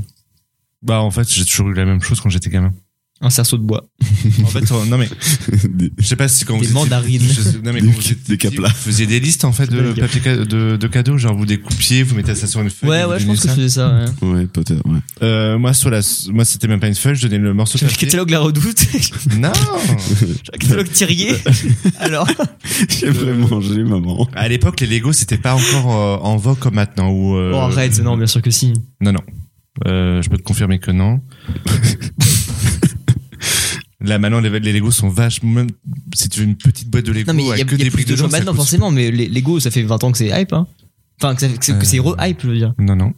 Bah en fait j'ai toujours eu la même chose quand j'étais gamin.
Un cerceau de bois.
En fait on- non mais
Des-
je sais pas si quand
Des
vous étiez-
mandarines.
je sais- non, mais quand
Des-
vous étiez
des
petit,
caplas.
Vous faisiez des listes en fait de papier ca- de, de cadeaux genre vous découpiez vous mettez ça sur une feuille.
Ouais,
vous
ouais, je
donnez
pense que je
ça.
faisais ça. Ouais.
Ouais, peut-être, ouais.
Euh, moi sur la moi c'était même pas une feuille je donnais le morceau. de
J'avais le
papier.
catalogue La Redoute,
Non.
le catalogue Thierrier. Alors,
J'aimerais manger, maman.
À l'époque les Lego c'était pas encore euh, en vogue comme maintenant ou. euh,
oh, arrête, non, bien sûr que si.
Non, non. Euh, je peux te confirmer que non. Là, maintenant, les, les Lego sont vachement. Même si tu veux une petite boîte de Lego,
Non, mais il y a,
avec que
il y a
des
plus
briques
de
dedans,
gens
ça
maintenant,
coûte-
forcément, mais les- Lego, ça fait 20 ans que c'est hype, hein. Enfin, que, ça- que c'est- que c'est re-hype, je veux dire.
Non, non.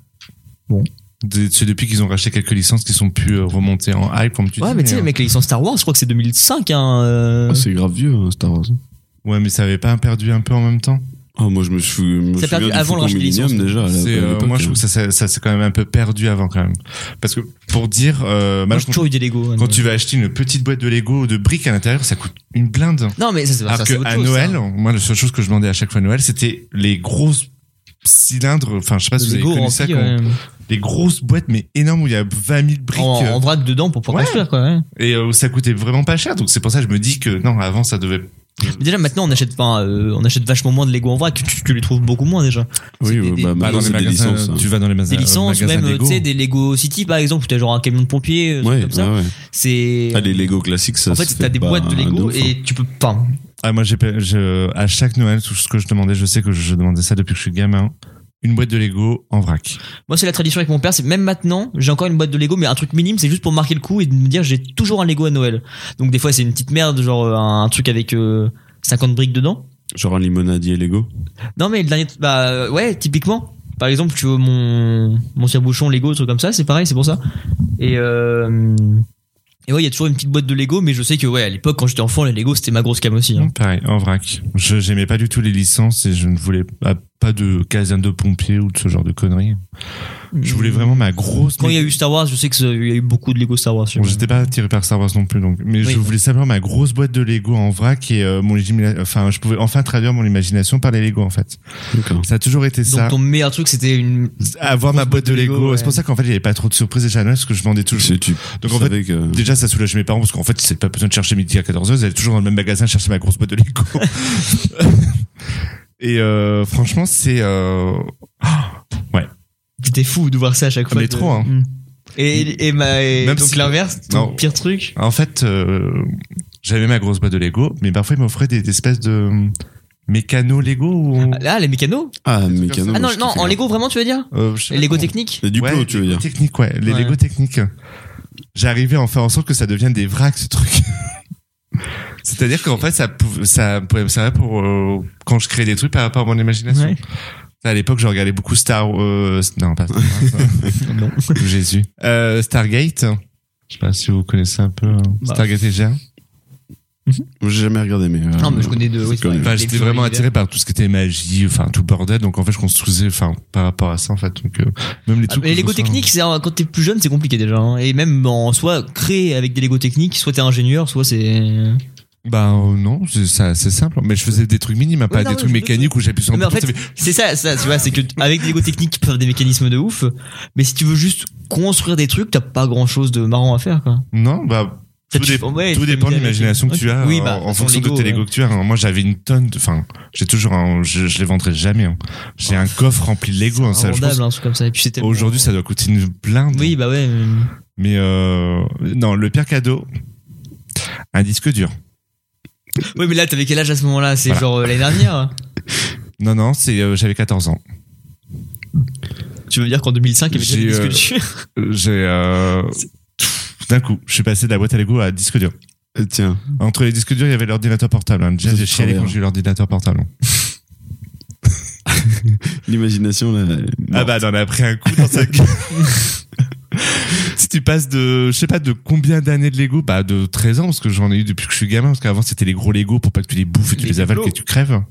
Bon.
De- C'est depuis qu'ils ont racheté quelques licences qui sont pu euh, remonter en hype, comme tu
ouais,
dis.
mais hein. tu sais, les
euh,
mecs, les licences Star Wars, je crois que c'est 2005, hein. euh,
Ah, c'est grave vieux, hein, Star Wars.
euh, Ouais, mais ça avait pas perdu un peu en même temps
Ah, moi, je me suis. me
Ça a
souviens
perdu
du
avant le
Faucon
rachat des
Millennium,
licences.
déjà. à la-
C'est,
à
euh,
l'époque,
Moi, je
hein.
trouve que ça, s'est- ça s'est quand même un peu perdu avant, quand même. Parce que, pour dire, euh,
Moi,
maintenant,
j'ai toujours eu des Lego. hein,
quand
mais-
tu vas acheter une petite boîte de Lego ou de briques à l'intérieur, ça coûte une blinde.
Non, mais ça, c'est ça,
Alors
c'est
que
autre
à
chose,
Noël,
ça.
moi, la seule chose que je demandais à chaque fois à Noël, c'était les grosses cylindres, enfin, je sais pas si
Le
vous avez
Lego
connu
rempli,
ça, quand-
ouais,
les grosses boîtes, mais énormes, où il y a 20 000 briques,
en, en
euh,
vrac dedans pour pouvoir
Ouais.
construire, quoi. ouais.
et euh, ça coûtait vraiment pas cher, donc c'est pour ça que je me dis que, non, avant, ça devait...
Ah,
Mais déjà, maintenant, on achète, enfin, euh, on achète vachement moins de Lego en vrac, tu, tu- tu les trouves beaucoup moins déjà.
Oui,
C'était
ouais,
des-
bah,
pas
maintenant,
dans les
c'est des
magasins,
licences.
euh,
hein.
Tu vas dans les magasins.
Des licences,
magasins
même, euh,
Lego.
tu sais, des Lego City par exemple, où t'as genre un camion de pompier, euh,
Ouais,
comme ça.
ouais, ouais.
C'est.
Ah, les Lego classiques, ça
en
se
fait, t'as des
pas hein.
boîtes de hein.
un
Lego
dauphin.
et tu peux pas.
Ah, moi, j'ai, pas- je, à chaque Noël, tout ce que je demandais, je sais que je demandais ça depuis que je suis gamin, une boîte de Lego en vrac.
Moi, c'est la tradition avec mon père, c'est même maintenant, j'ai encore une boîte de Lego, mais un truc minime, c'est juste pour marquer le coup et de me dire j'ai toujours un Lego à Noël. Donc, des fois, c'est une petite merde, genre euh, un truc avec euh, 50 briques dedans.
Genre un limonadier Lego.
Non, mais le dernier. Bah euh, ouais, typiquement. Par exemple, tu veux mon, mon tire-bouchon Lego, truc comme ça, c'est pareil, c'est pour ça. Et, euh, et ouais, il y a toujours une petite boîte de Lego, mais je sais que ouais, à l'époque, quand j'étais enfant, les Lego, c'était ma grosse cam aussi. hein.
Hum, Pareil, en vrac. Je j'aimais pas du tout les licences et je ne voulais pas, pas de caserne de pompiers ou de ce genre de conneries. Je voulais vraiment ma grosse.
Quand il y a eu Star Wars, je sais qu'il y a eu beaucoup de Lego Star Wars.
Bon, j'étais pas attiré par Star Wars non plus, donc. Mais
Oui.
je voulais simplement ma grosse boîte de Lego en vrac et euh, mon imagina- Enfin, je pouvais enfin traduire mon imagination par les Lego en fait.
D'accord.
Ça a toujours été
Donc
ça.
ton meilleur truc, c'était une.
Avoir ma boîte de Lego.
Lego, ouais.
C'est pour ça qu'en fait, j'avais pas trop de surprises déjà à Noël parce que je vendais toujours.
C'est- Tu
Donc en fait,
savais que-
Déjà, ça soulageait mes parents parce qu'en fait, c'est pas besoin de chercher midi à 14h. Ils allaient toujours dans le même magasin chercher ma grosse boîte de Lego. Et euh, franchement, c'est. Euh...
C'était fou de voir ça à chaque
Ah,
fois.
mais
de-
trop, hein.
Mm. Et, et, ma- et
Même
donc
si-
l'inverse, ton
Non.
pire truc.
En fait, euh, j'avais ma grosse boîte de Lego, mais parfois, ils m'offraient des, des espèces de mécanos Lego. Ou...
Là, les mécanos
Ah, mais
Ah non, non, en Lego vraiment, tu veux dire
Euh, je sais pas
Les Lego
comment-
techniques
Les duplos,
Ouais,
tu veux
Lego
dire.
techniques, ouais. Les
Ouais.
Lego techniques. J'arrivais à en faire en sorte que ça devienne des vracs, ce truc. C'est-à-dire qu'en fait, ça, pouvait- ça pouvait me servir pour euh, quand je crée des trucs par rapport à mon imagination.
Ouais.
À l'époque, je regardais beaucoup Star. Euh, non, pas Star Wars.
Non.
Jésus. Euh, Stargate. Je sais pas si vous connaissez un peu. euh,
Bah.
Stargate Asia.
J'ai jamais regardé, mais. euh,
Non, mais je connais deux. oui, c'est
connu.
vrai.
Enfin,
Les
Bah, j'étais
deux
vraiment
univers. Ah,
attiré par tout ce qui était magie, enfin tout le bordel. Donc en fait, je construisais, enfin par rapport à ça en fait. Donc euh, même les
Ah,
trucs.
mais les
que je
Lego
reçois- hein.
techniques, c'est quand t'es plus jeune, c'est compliqué déjà. hein. Et même en soit créer avec des Lego techniques, soit t'es ingénieur, soit c'est.
Bah euh, non, c'est ça- c'est simple. Mais je faisais des trucs minimes, hein, pas
non,
des
mais
trucs
je-
mécaniques où j'appuie sur un
Mais en
bouton,
fait,
ça fait-
c'est ça, ça, tu vois, c'est que t- avec des Lego techniques, tu peux faire des mécanismes de ouf. Mais si tu veux juste construire des trucs, t'as pas grand chose de marrant à faire, quoi.
Non, bah tout,
Peut-être tu-
dé-
ouais,
tout
tu
dépend de
t'amuses avec-
l'imagination que tu
Ok.
as
Oui,
en-
bah,
en,
façon
fonction
Lego,
de tes
ouais.
Lego que tu as. Moi, j'avais une tonne. de- Enfin, j'ai toujours, un, je, je les vendrai jamais. hein. J'ai
Ah.
un coffre rempli de Lego. hein, ça, je pense
Invendable, un truc comme ça. Et puis c'était.
Aujourd'hui, ça doit coûter une blinde.
Oui, bah ouais. euh,
Mais euh, non, le pire cadeau, un disque dur.
Oui, mais là, t'avais quel âge à ce moment-là C'est
Voilà.
genre euh, l'année dernière
Non, non, c'est euh, j'avais 14 ans.
Tu veux dire qu'en 2005, il y avait
J'ai,
déjà
euh,
des disques durs
Euh, J'ai euh, d'un coup, je suis passé de la boîte à Lego à disque dur.
Euh, Tiens.
Entre les disques durs, il y avait l'ordinateur portable. hein. Déjà,
Ça,
j'ai
c'est
chialé
trop
quand
bien.
j'ai eu l'ordinateur portable. hein.
L'imagination, là. elle est
Ah
morte.
bah, on a pris un coup dans sa gueule. Si tu passes de, je sais pas, de combien d'années de Lego Bah, de 13 ans, parce que j'en ai eu depuis que je suis gamin, parce qu'avant c'était les gros Lego pour pas que tu les bouffes et tu
Les
les, avales
bibelots.
et que tu crèves. hein,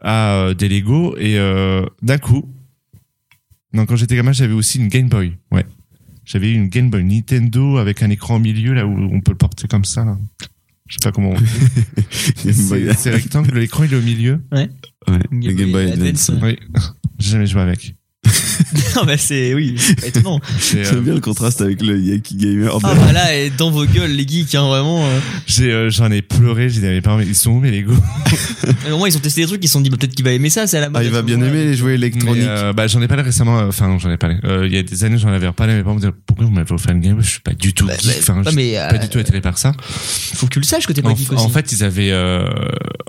À euh, des Lego, et euh, d'un coup. Non, quand j'étais gamin, j'avais aussi une Game Boy. Ouais. J'avais eu une Game Boy Nintendo avec un écran au milieu, là où on peut le porter comme ça, là. Je sais pas comment. on- C'est c'est rectangle, l'écran il est au milieu.
Ouais,
Game Euh,
le Game Boy Advance.
Oui. J'ai jamais joué avec.
Non, bah c'est. Oui, c'est pas étonnant.
J'ai, euh,
J'aime bien le contraste avec le Yaki Gamer.
Ah bah là, et dans vos gueules, les geeks, hein, vraiment. euh.
J'ai, euh, j'en ai pleuré, j'ai dit à mes parents, mais ils sont où mes Lego
Mais au moins, ils ont testé des trucs, ils se sont dit, bah, peut-être qu'il va aimer ça, c'est à la mode.
Ah, il va bien
Ouais.
aimer les jouets électroniques.
Mais, euh, bah, j'en ai parlé récemment, euh, enfin, non, j'en ai parlé. Euh, Il y a des années, j'en avais reparlé, mes parents me disaient, pourquoi vous m'avez offert une Game Boy Je suis pas du tout
Bah, bah,
geek, enfin,
bah,
je suis
mais, euh,
pas du tout attiré par ça.
Faut que tu le saches que t'es pas
En,
geek
en
aussi.
fait, ils avaient euh,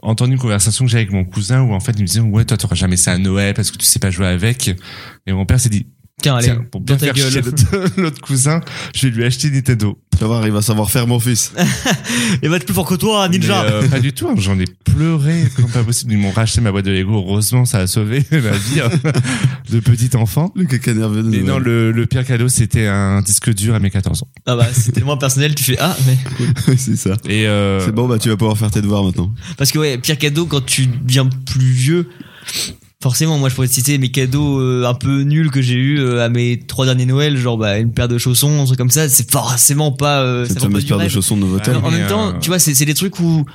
entendu une conversation que j'avais avec mon cousin où en fait, ils me disaient, ouais, toi, t'auras jamais ça à Noël parce que tu sais pas jouer avec. Et mon père s'est dit,
tiens, allez,
tiens, pour bien
dans ta
faire
gueule.
chier l'autre l'autre cousin, je vais lui acheter une Nintendo.
Tu vas voir, il va savoir faire mon fils.
Et va être plus fort que toi, ninja.
Mais, euh, pas du tout, hein, j'en ai pleuré comme pas possible. Ils m'ont racheté ma boîte de Lego, heureusement, ça a sauvé ma vie hein, de petit enfant.
Le caca nerveux de
Mais
Noël.
non, le, le pire cadeau, c'était un disque dur à mes 14 ans.
Ah bah, c'est tellement personnel, tu fais, ah, mais.
c'est ça.
Et euh,
C'est bon, bah tu vas pouvoir faire tes devoirs maintenant.
Parce que ouais, pire cadeau quand tu deviens plus vieux. Forcément, moi je pourrais te citer mes cadeaux euh, un peu nuls que j'ai eu à mes trois derniers Noël, genre bah, une paire de chaussons, un truc comme ça. C'est forcément pas. euh, ça
Cette
vend pas
fameuse
du
paire de
rêve.
chaussons de Novotel.
chaussons.
En
Mais,
même temps,
euh,
tu vois, c'est c'est des trucs où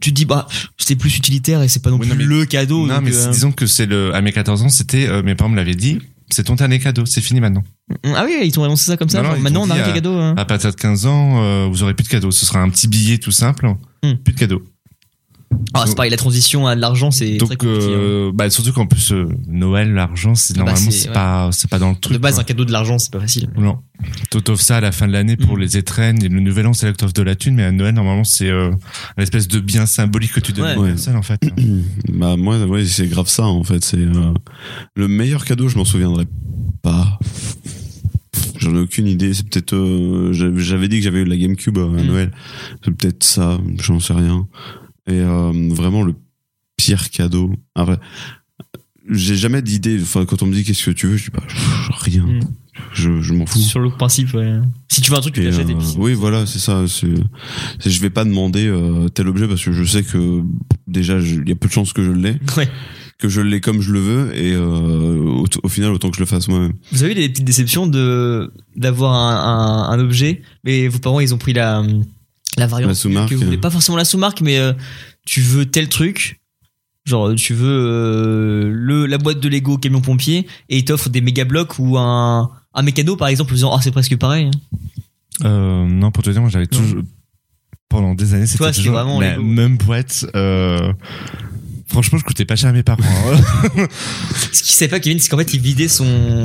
tu te dis bah pff, c'est plus utilitaire et c'est pas non
Oui,
plus
non, mais-
le cadeau.
non,
donc,
mais
euh,
disons que c'est le à mes 14 ans, c'était euh, mes parents me l'avaient dit, c'est ton dernier cadeau, c'est fini maintenant.
Ah oui, ils t'ont annoncé ça comme ça.
Non, non,
genre,
ils
maintenant
t'ont
on
dit,
arrête les
euh,
cadeaux. hein.
À partir de 15 ans, euh, vous aurez plus de cadeaux, ce sera un petit billet tout simple,
Hmm.
plus de cadeaux.
Ah, c'est pareil, la transition à de l'argent c'est très
Donc
compliqué. hein.
euh, bah surtout qu'en plus euh, Noël, l'argent, c'est
Ah bah,
normalement
c'est-
c'est
ouais.
pas c'est pas dans le truc.
De base,
quoi.
un cadeau de l'argent c'est pas facile.
Non. T'offres ça à la fin de l'année pour
Mm.
les étrennes et le nouvel an, c'est là que t'offres de la thune, mais à Noël, normalement, c'est euh, l'espèce de bien symbolique que tu donnes
Ouais.
à la personne, en fait.
Bah moi, ouais, c'est grave ça en fait. C'est euh, le meilleur cadeau, je m'en souviendrai pas. J'en ai aucune idée. C'est peut-être. euh, j'avais- j'avais dit que j'avais eu la GameCube à
Mm.
Noël. C'est peut-être ça. J'en sais rien. Et euh, vraiment le pire cadeau. Ah, vrai. J'ai jamais d'idée. Enfin, quand on me dit qu'est-ce que tu veux, je dis bah, pff, rien.
Mm.
Je, je m'en fous.
Sur le principe, ouais. Si tu veux un truc, tu
Et,
l'achètes et
euh,
puis.
oui, voilà, c'est ça. c'est- c'est- Je vais pas demander euh, tel objet parce que je sais que déjà, je- il y a peu de chances que je l'ai,
Ouais.
que je l'ai comme je le veux, et euh, au, au final, autant que je le fasse moi-même.
Vous avez eu des petites déceptions de d'avoir un, un- un objet, mais vos parents ils ont pris la la variante
La sous-marque,
que vous voulez
euh.
pas forcément la sous-marque, mais euh, tu veux tel truc, genre tu veux euh, le la boîte de Lego camion pompier et ils t'offrent des méga blocs ou un un mécano par exemple, en disant ah c'est presque pareil.
Euh, non, pour te dire, moi j'avais toujours. Pendant des années,
Toi,
c'était
c'était
toujours
vraiment
la
Lego.
même boîte. euh, Franchement, je coûtais pas cher à mes parents. hein.
Ce qu'il savait pas Kevin, c'est qu'en fait il vidait son
Et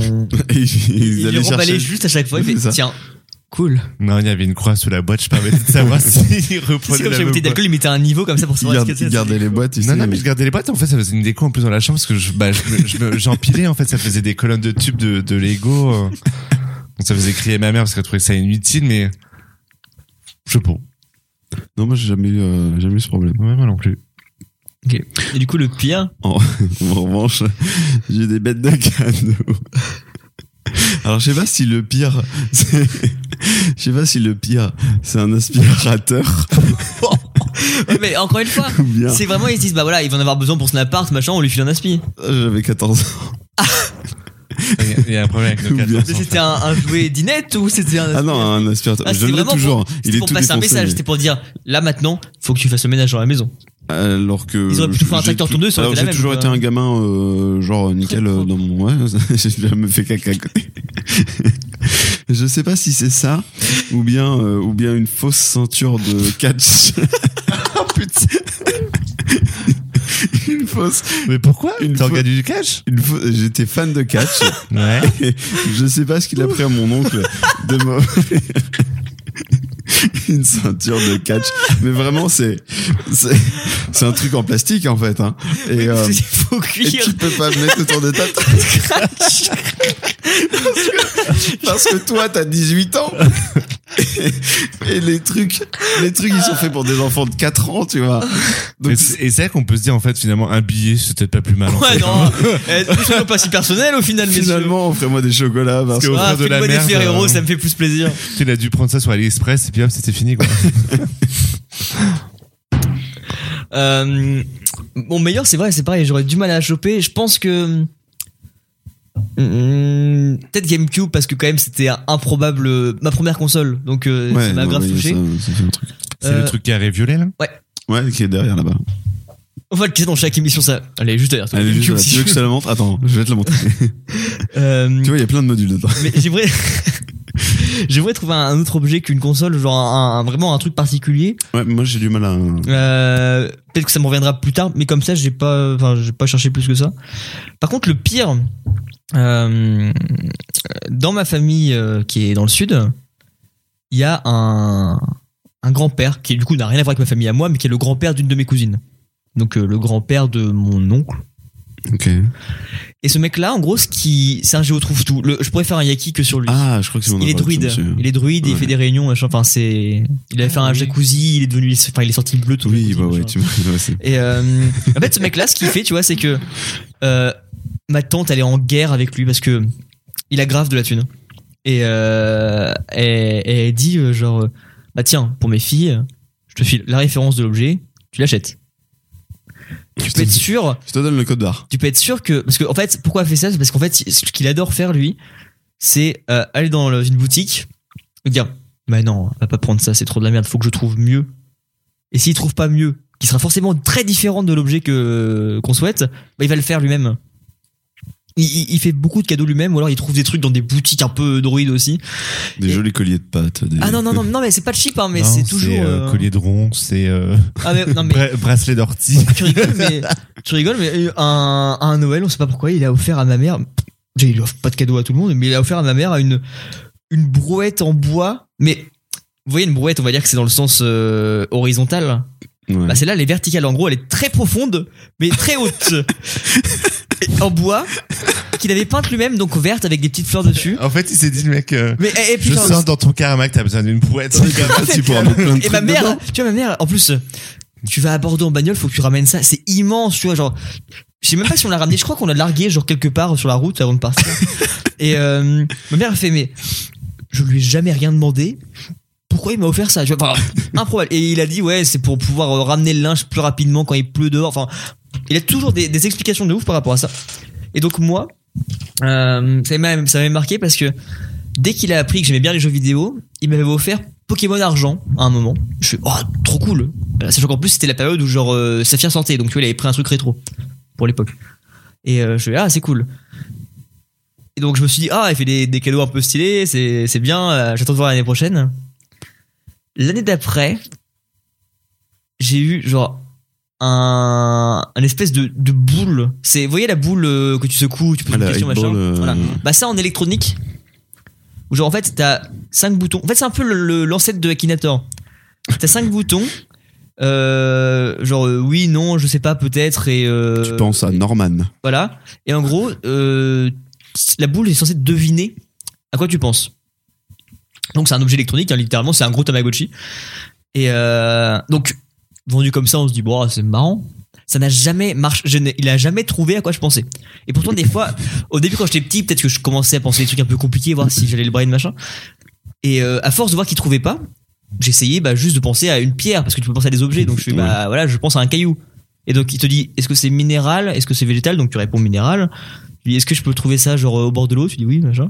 euh, ils,
il le
allaient
remballait
chercher.
juste à chaque fois. Il
C'est
fait
ça.
tiens cool.
non, il y avait une croix sous la boîte, je permettais de savoir s'ils
C'est
reprenaient
comme
la
j'ai
même
bouteille
boîte.
d'alcool, il mettait un niveau comme ça pour
Ils
savoir ce
gardent-
que
ils
c'était.
gardaient les boîtes. Ils
Non, non, mais je gardais les boîtes. En fait, ça faisait une déco en plus dans la chambre parce que je, bah, je me- je me- j'empilais. En fait, ça faisait des colonnes de tubes de, de Lego. euh. Donc, ça faisait crier ma mère parce qu'elle trouvait ça inutile, mais je sais pas.
Non, moi, j'ai jamais, eu, euh, jamais eu ce problème.
Ouais, moi non plus.
Et du coup le pire,
En revanche, j'ai des bêtes de cadeaux. Alors, je sais pas si le pire, c'est- je sais pas si le pire, c'est un aspirateur
Ouais, mais encore une fois.
ou bien.
C'est vraiment, ils se disent, bah voilà, il va en avoir besoin pour son appart, machin, on lui file un aspi.
J'avais 14 ans.
Il y a- il y, a un problème avec
Ou
nos
bien-
14
Mais
enfants.
C'était un, un jouet dinette ou c'était un.
Ah non, un aspirateur.
Ah,
je
c'était
l'ai
vraiment
toujours. Il
c'était
est
pour
tout
passer un
défoncé,
message,
mais-
c'était pour dire là maintenant, faut que tu fasses le ménage dans la maison.
Alors que.
Ils auraient pu tout faire un
j'ai
tracteur
tout-
tourneuse, ça aurait
alors
été la
J'ai
même,
toujours
quoi.
été un gamin, euh, genre nickel euh,
propre.
dans mon. Ouais, j'ai jamais fait caca à côté. Je sais pas si c'est ça, ou bien, euh, ou bien une fausse ceinture de catch. oh putain! une fausse.
Mais pourquoi
Une
T'as
fois-
regardé du cash
Une fausse- J'étais fan de catch.
Ouais.
Je sais pas ce qu'il a pris à mon oncle de m'offrir une ceinture de catch. Mais vraiment, c'est, c'est, c'est un truc en plastique, en fait, hein. Et, euh,
Il faut
et
cuire.
tu peux pas le mettre autour de ta tête. Parce que toi, t'as 18 ans. Et, et les trucs, les trucs, ils sont faits pour des enfants de 4 ans, tu vois.
Mais
Donc,
c'est- et c'est vrai qu'on peut se dire, en fait, finalement, un billet, c'est peut-être pas plus mal. en
Ouais,
fait.
non. Eh, ne soyons pas si personnel au final, messieurs.
finalement, offrez-moi des chocolats. Parce
Parce
que
que-
Ah,
Offrir de la
faites-moi des
merde,
Ferrero,
euh,
ça me fait plus plaisir.
Il a dû prendre ça sur AliExpress et puis hop, c'était fini, quoi.
Euh, mon meilleur, c'est vrai, c'est pareil, j'aurais du mal à choper. Je pense que. Hmm, Peut-être GameCube parce que quand même c'était improbable euh, ma première console donc euh,
Ouais,
ça m'a
non,
grave
ouais,
touché.
ça, ça fait un truc.
C'est
Euh,
le truc carré violet, là.
Ouais, qui est derrière là-bas.
On va le quitter dans chaque émission ça. Allez juste derrière toi.
Allez, juste
GameCube,
là.
si
tu veux
tu
que je
veux.
te la montre Attends, je vais te la montrer.
Euh,
tu vois, il y a plein de modules dedans.
mais j'aimerais j'aimerais trouver un autre objet qu'une console genre un, un- vraiment un truc particulier
Ouais, moi j'ai du mal à.
Euh, peut-être que ça me reviendra plus tard mais comme ça j'ai pas enfin j'ai pas cherché plus que ça par contre le pire euh, dans ma famille euh, qui est dans le sud il y a un un grand-père qui du coup n'a rien à voir avec ma famille à moi mais qui est le grand-père d'une de mes cousines donc euh, le grand-père de mon oncle
Ok.
et ce mec là en gros ce qui c'est un trouve tout je pourrais faire un yaki que sur lui
Ah, je crois que c'est mon
il est
appareil,
druide.
ça, monsieur.
Il est druide, il
Ouais.
fait des réunions, machin. Enfin, c'est. Il avait fait un jacuzzi, il est devenu. Enfin, il est sorti bleu tout le
Oui,
jacuzzi,
bah ouais,
machin.
tu ouais, c'est-
Et euh, en fait, ce mec-là, ce qu'il fait, tu vois, c'est que euh, ma tante, elle est en guerre avec lui parce que il a grave de la thune. Et, euh, et, et elle dit, euh, genre, euh, bah tiens, pour mes filles, je te file la référence de l'objet, tu l'achètes. Tu peux être sûr
Je te donne le code barre.
tu peux être sûr que parce que en fait pourquoi elle fait ça c'est parce qu'en fait ce qu'il adore faire lui c'est euh, aller dans le- une boutique et dire mais non on va pas prendre ça c'est trop de la merde faut que je trouve mieux et s'il trouve pas mieux qui sera forcément très différent de l'objet que qu'on souhaite bah, il va le faire lui-même il, il- il fait beaucoup de cadeaux lui-même ou alors il trouve des trucs dans des boutiques un peu droïdes aussi
Des
Et-
jolis colliers de pâtes. des-
ah non non non non mais c'est pas cheap hein, mais
Non,
c'est toujours
euh,
euh,
collier de rond, c'est euh,
ah mais, non mais
bra- bracelet d'ortie.
Ah,
tu rigoles, mais, tu rigoles, mais euh, un, un Noël, on sait pas pourquoi, il a offert à ma mère, déjà, il offre pas de cadeau à tout le monde, mais il a offert à ma mère une, une brouette en bois, mais, vous voyez, une brouette, on va dire que c'est dans le sens euh, horizontal.
Ouais.
Bah, celle-là, elle est verticale. En gros, elle est très profonde, mais très haute. Et en bois, qu'il avait peinte lui-même, donc verte, avec des petites fleurs dessus.
En fait, il s'est dit, le mec, euh,
Mais, et, et
je
putain,
sens dans ton caramac, t'as besoin d'une brouette.
Tu pourras mettre plein de
et ma
trucs
mère,
dedans.
tu vois, ma mère, en plus, tu vas à Bordeaux en bagnole, faut que tu ramènes ça. C'est immense, tu vois. Genre, je sais même pas si on l'a ramené. Je crois qu'on l'a largué, genre quelque part sur la route avant de partir. Et euh, ma mère a fait, mais je lui ai jamais rien demandé. Pourquoi il m'a offert ça Tu vois, enfin, improbable. Et il a dit, ouais, c'est pour pouvoir euh, ramener le linge plus rapidement quand il pleut dehors. Enfin, il a toujours des, des explications de ouf par rapport à ça. Et donc, moi, euh, ça m'a- ça m'avait marqué parce que dès qu'il a appris que j'aimais bien les jeux vidéo, il m'avait offert Pokémon Argent à un moment. Je fais, oh, trop cool. Voilà, Sachant qu'en plus, c'était la période où, genre, euh, Saphir Santé, donc tu vois, il avait pris un truc rétro pour l'époque. Et euh, je fais, ah, c'est cool. Et donc, je me suis dit, ah, il fait des, des cadeaux un peu stylés, c'est c'est bien, euh, j'attends de voir l'année prochaine. L'année d'après, j'ai eu, genre, un, un espèce de, de boule. C'est, vous voyez la boule euh, que tu secoues, tu poses
Ah,
une
la
question,
eight
machin.
ball, euh,
Voilà. Bah, ça en électronique, où genre en fait t'as 5 boutons. En fait c'est un peu le- le- l'ancêtre de Akinator. T'as 5 boutons, euh, genre euh, oui, non, je sais pas, peut-être, et euh,
Tu penses à Norman.
voilà. Et en gros, euh, la boule est censée deviner à quoi tu penses. Donc c'est un objet électronique, hein, littéralement, c'est un gros Tamagotchi. Et euh, donc, vendu comme ça, on se dit, bon, c'est marrant. Ça n'a jamais marché, je n'ai- il a jamais trouvé à quoi je pensais. Et pourtant, des fois, au début, quand j'étais petit, peut-être que je commençais à penser des trucs un peu compliqués, voir si j'allais le brain, machin. Et euh, à force de voir qu'il trouvait pas, j'essayais bah, juste de penser à une pierre, parce que tu peux penser à des objets. Donc je fais, bah voilà, je pense à un caillou. Et donc il te dit est-ce que c'est minéral Est-ce que c'est végétal Donc tu réponds minéral. Tu dis est-ce que je peux trouver ça genre au bord de l'eau Tu dis oui, machin.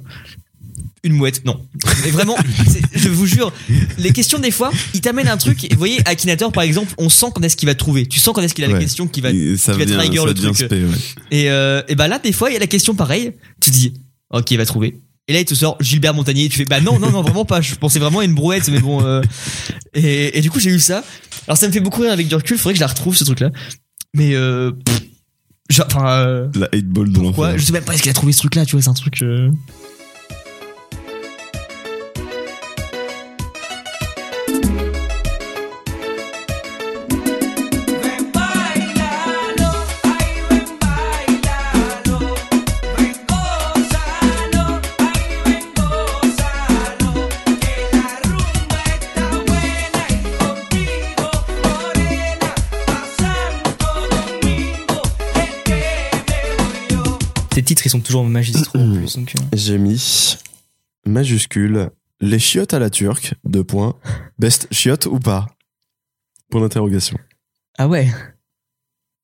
Une mouette, non. Mais vraiment, c'est- je vous jure, les questions des fois, il t'amène un truc. Et vous voyez, Akinator par exemple, on sent quand est-ce qu'il va trouver. Tu sens quand est-ce qu'il a la
Ouais.
question qui va.
Et ça
tu vas
devient,
trigger
ça
le
devient
truc.
spé, ouais.
Et, euh, et bah là, des fois, il y a la question pareille. Tu te dis ok, il va trouver. Et là, il te sort Gilbert Montagnier. Tu fais bah non, non, non, vraiment pas. Je pensais vraiment à une brouette, mais bon. euh, et, et du coup, j'ai eu ça. Alors ça me fait beaucoup rire avec du recul. Faudrait que je la retrouve ce truc-là. Mais euh, pff, genre, enfin, euh,
La 8 ball de
pourquoi
l'enfer.
Je sais même pas est-ce qu'il a trouvé ce truc-là. Tu vois, c'est un truc. euh,
Ven, bailalo, ay, ven, bailalo. Ven, gózalo, ay, ven, gózalo. Que la rumba está buena y contigo, morena, pa' Santo Domingo, es que me voy yo.
Ces titres, ils sont toujours magistraux en plus. Donc, euh,
J'ai mis majuscule les chiottes à la turque, deux points. Best chiotte ou pas Point d'interrogation.
Ah ouais.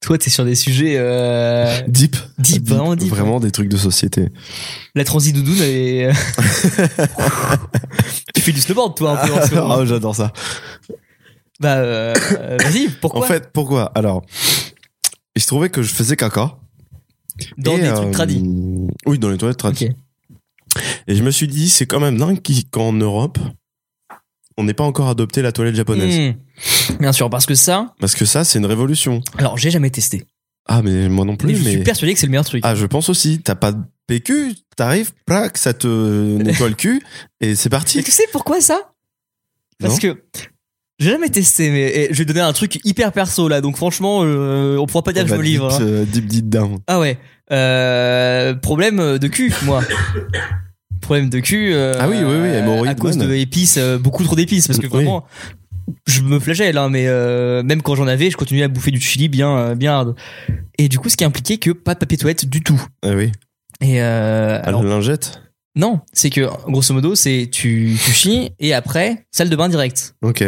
Toi, t'es sur des sujets. euh,
Deep.
Deep, vraiment deep.
Vraiment des trucs de société.
La transi doudoune et. tu fais du snowboard, toi, un peu en
Oh,
ce moment.
Ah, j'adore ça.
Bah, euh, euh, vas-y, pourquoi
en fait, pourquoi Alors, il se trouvait que je faisais caca.
Dans
Et,
des
euh,
trucs tradis.
Oui, dans les toilettes tradis.
Ok.
Et je me suis dit, c'est quand même dingue qu'il- qu'en Europe, on n'ait pas encore adopté la toilette japonaise.
Hmm. Bien sûr, parce que ça.
Parce que ça, c'est une révolution.
Alors, j'ai jamais testé.
Ah, mais moi non plus.
mais je
mais...
suis persuadé que c'est le meilleur truc.
Ah, je pense aussi. T'as pas de PQ, t'arrives, plac, ça te nettoie le cul et
Et
c'est parti.
tu sais pourquoi ça Parce
Non.
que j'ai jamais testé, mais et je vais donner un truc hyper perso là, donc franchement, euh, on pourra pas dire que je me livre. hein.
Deep, euh, deep, deep down.
Ah ouais. Euh, problème de cul, moi. problème de cul. euh,
Ah oui, oui, oui, hémorroïde
À cause
bonne.
de épices, euh, beaucoup trop d'épices, parce que
Oui.
vraiment, je me flagelle, hein, mais euh, même quand j'en avais, je continuais à bouffer du chili bien, euh, bien hard. Et du coup, ce qui impliquait que pas de papier toilette du tout.
Ah oui.
Et euh,
À la
alors,
lingette.
non, c'est que grosso modo, c'est tu, tu chies et après salle de bain direct
Ok.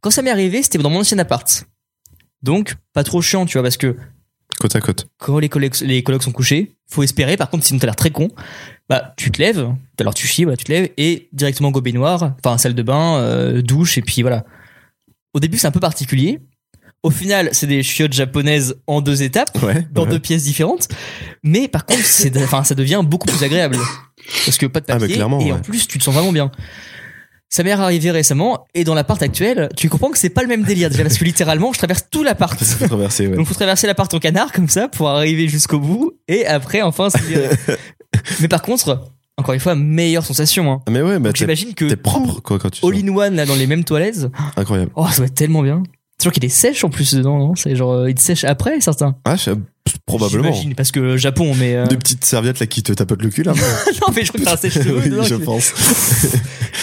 quand ça m'est arrivé, c'était dans mon ancien appart. Donc, pas trop chiant, tu vois, parce que
Côte à côte.
quand les colocs, les colocs sont couchés, faut espérer, par contre, sinon t'as l'air très con, bah, tu te lèves, alors tu chies, voilà, tu te lèves, et directement go baignoire, enfin, salle de bain, euh, douche, et puis voilà. Au début, c'est un peu particulier. Au final, c'est des chiottes japonaises en deux étapes
Ouais.
dans deux pièces différentes. Mais par contre, c'est, enfin, ça devient beaucoup plus agréable parce que pas de
Ah, mais
papier
clairement,
et en
ouais.
plus, tu te sens vraiment bien. Ça m'est arrivé récemment et dans l'appart actuel, tu comprends que c'est pas le même délire déjà parce que littéralement, je traverse tout l'appart.
C'est traversé, ouais.
Donc faut traverser l'appart en canard comme ça pour arriver jusqu'au bout et après enfin. se libérer. mais par contre, encore une fois, meilleure sensation. Hein.
Ah, Mais ouais, bah,
Donc,
t'es
j'imagine que
t'es propre, quoi, quand tu
all
sors.
in one là dans les mêmes toilettes.
Incroyable.
Oh, ça va être tellement bien. C'est sûr qu'il est sèche en plus dedans, non C'est genre euh, il te sèche après certains.
Ah, je- probablement.
J'imagine, parce que euh, Japon, mais euh, Ah,
Deux petites serviettes là qui te tapotent le cul là.
non mais je crois que t'as un sèche-cheveux
oui,
dedans,
je
tu-
pense.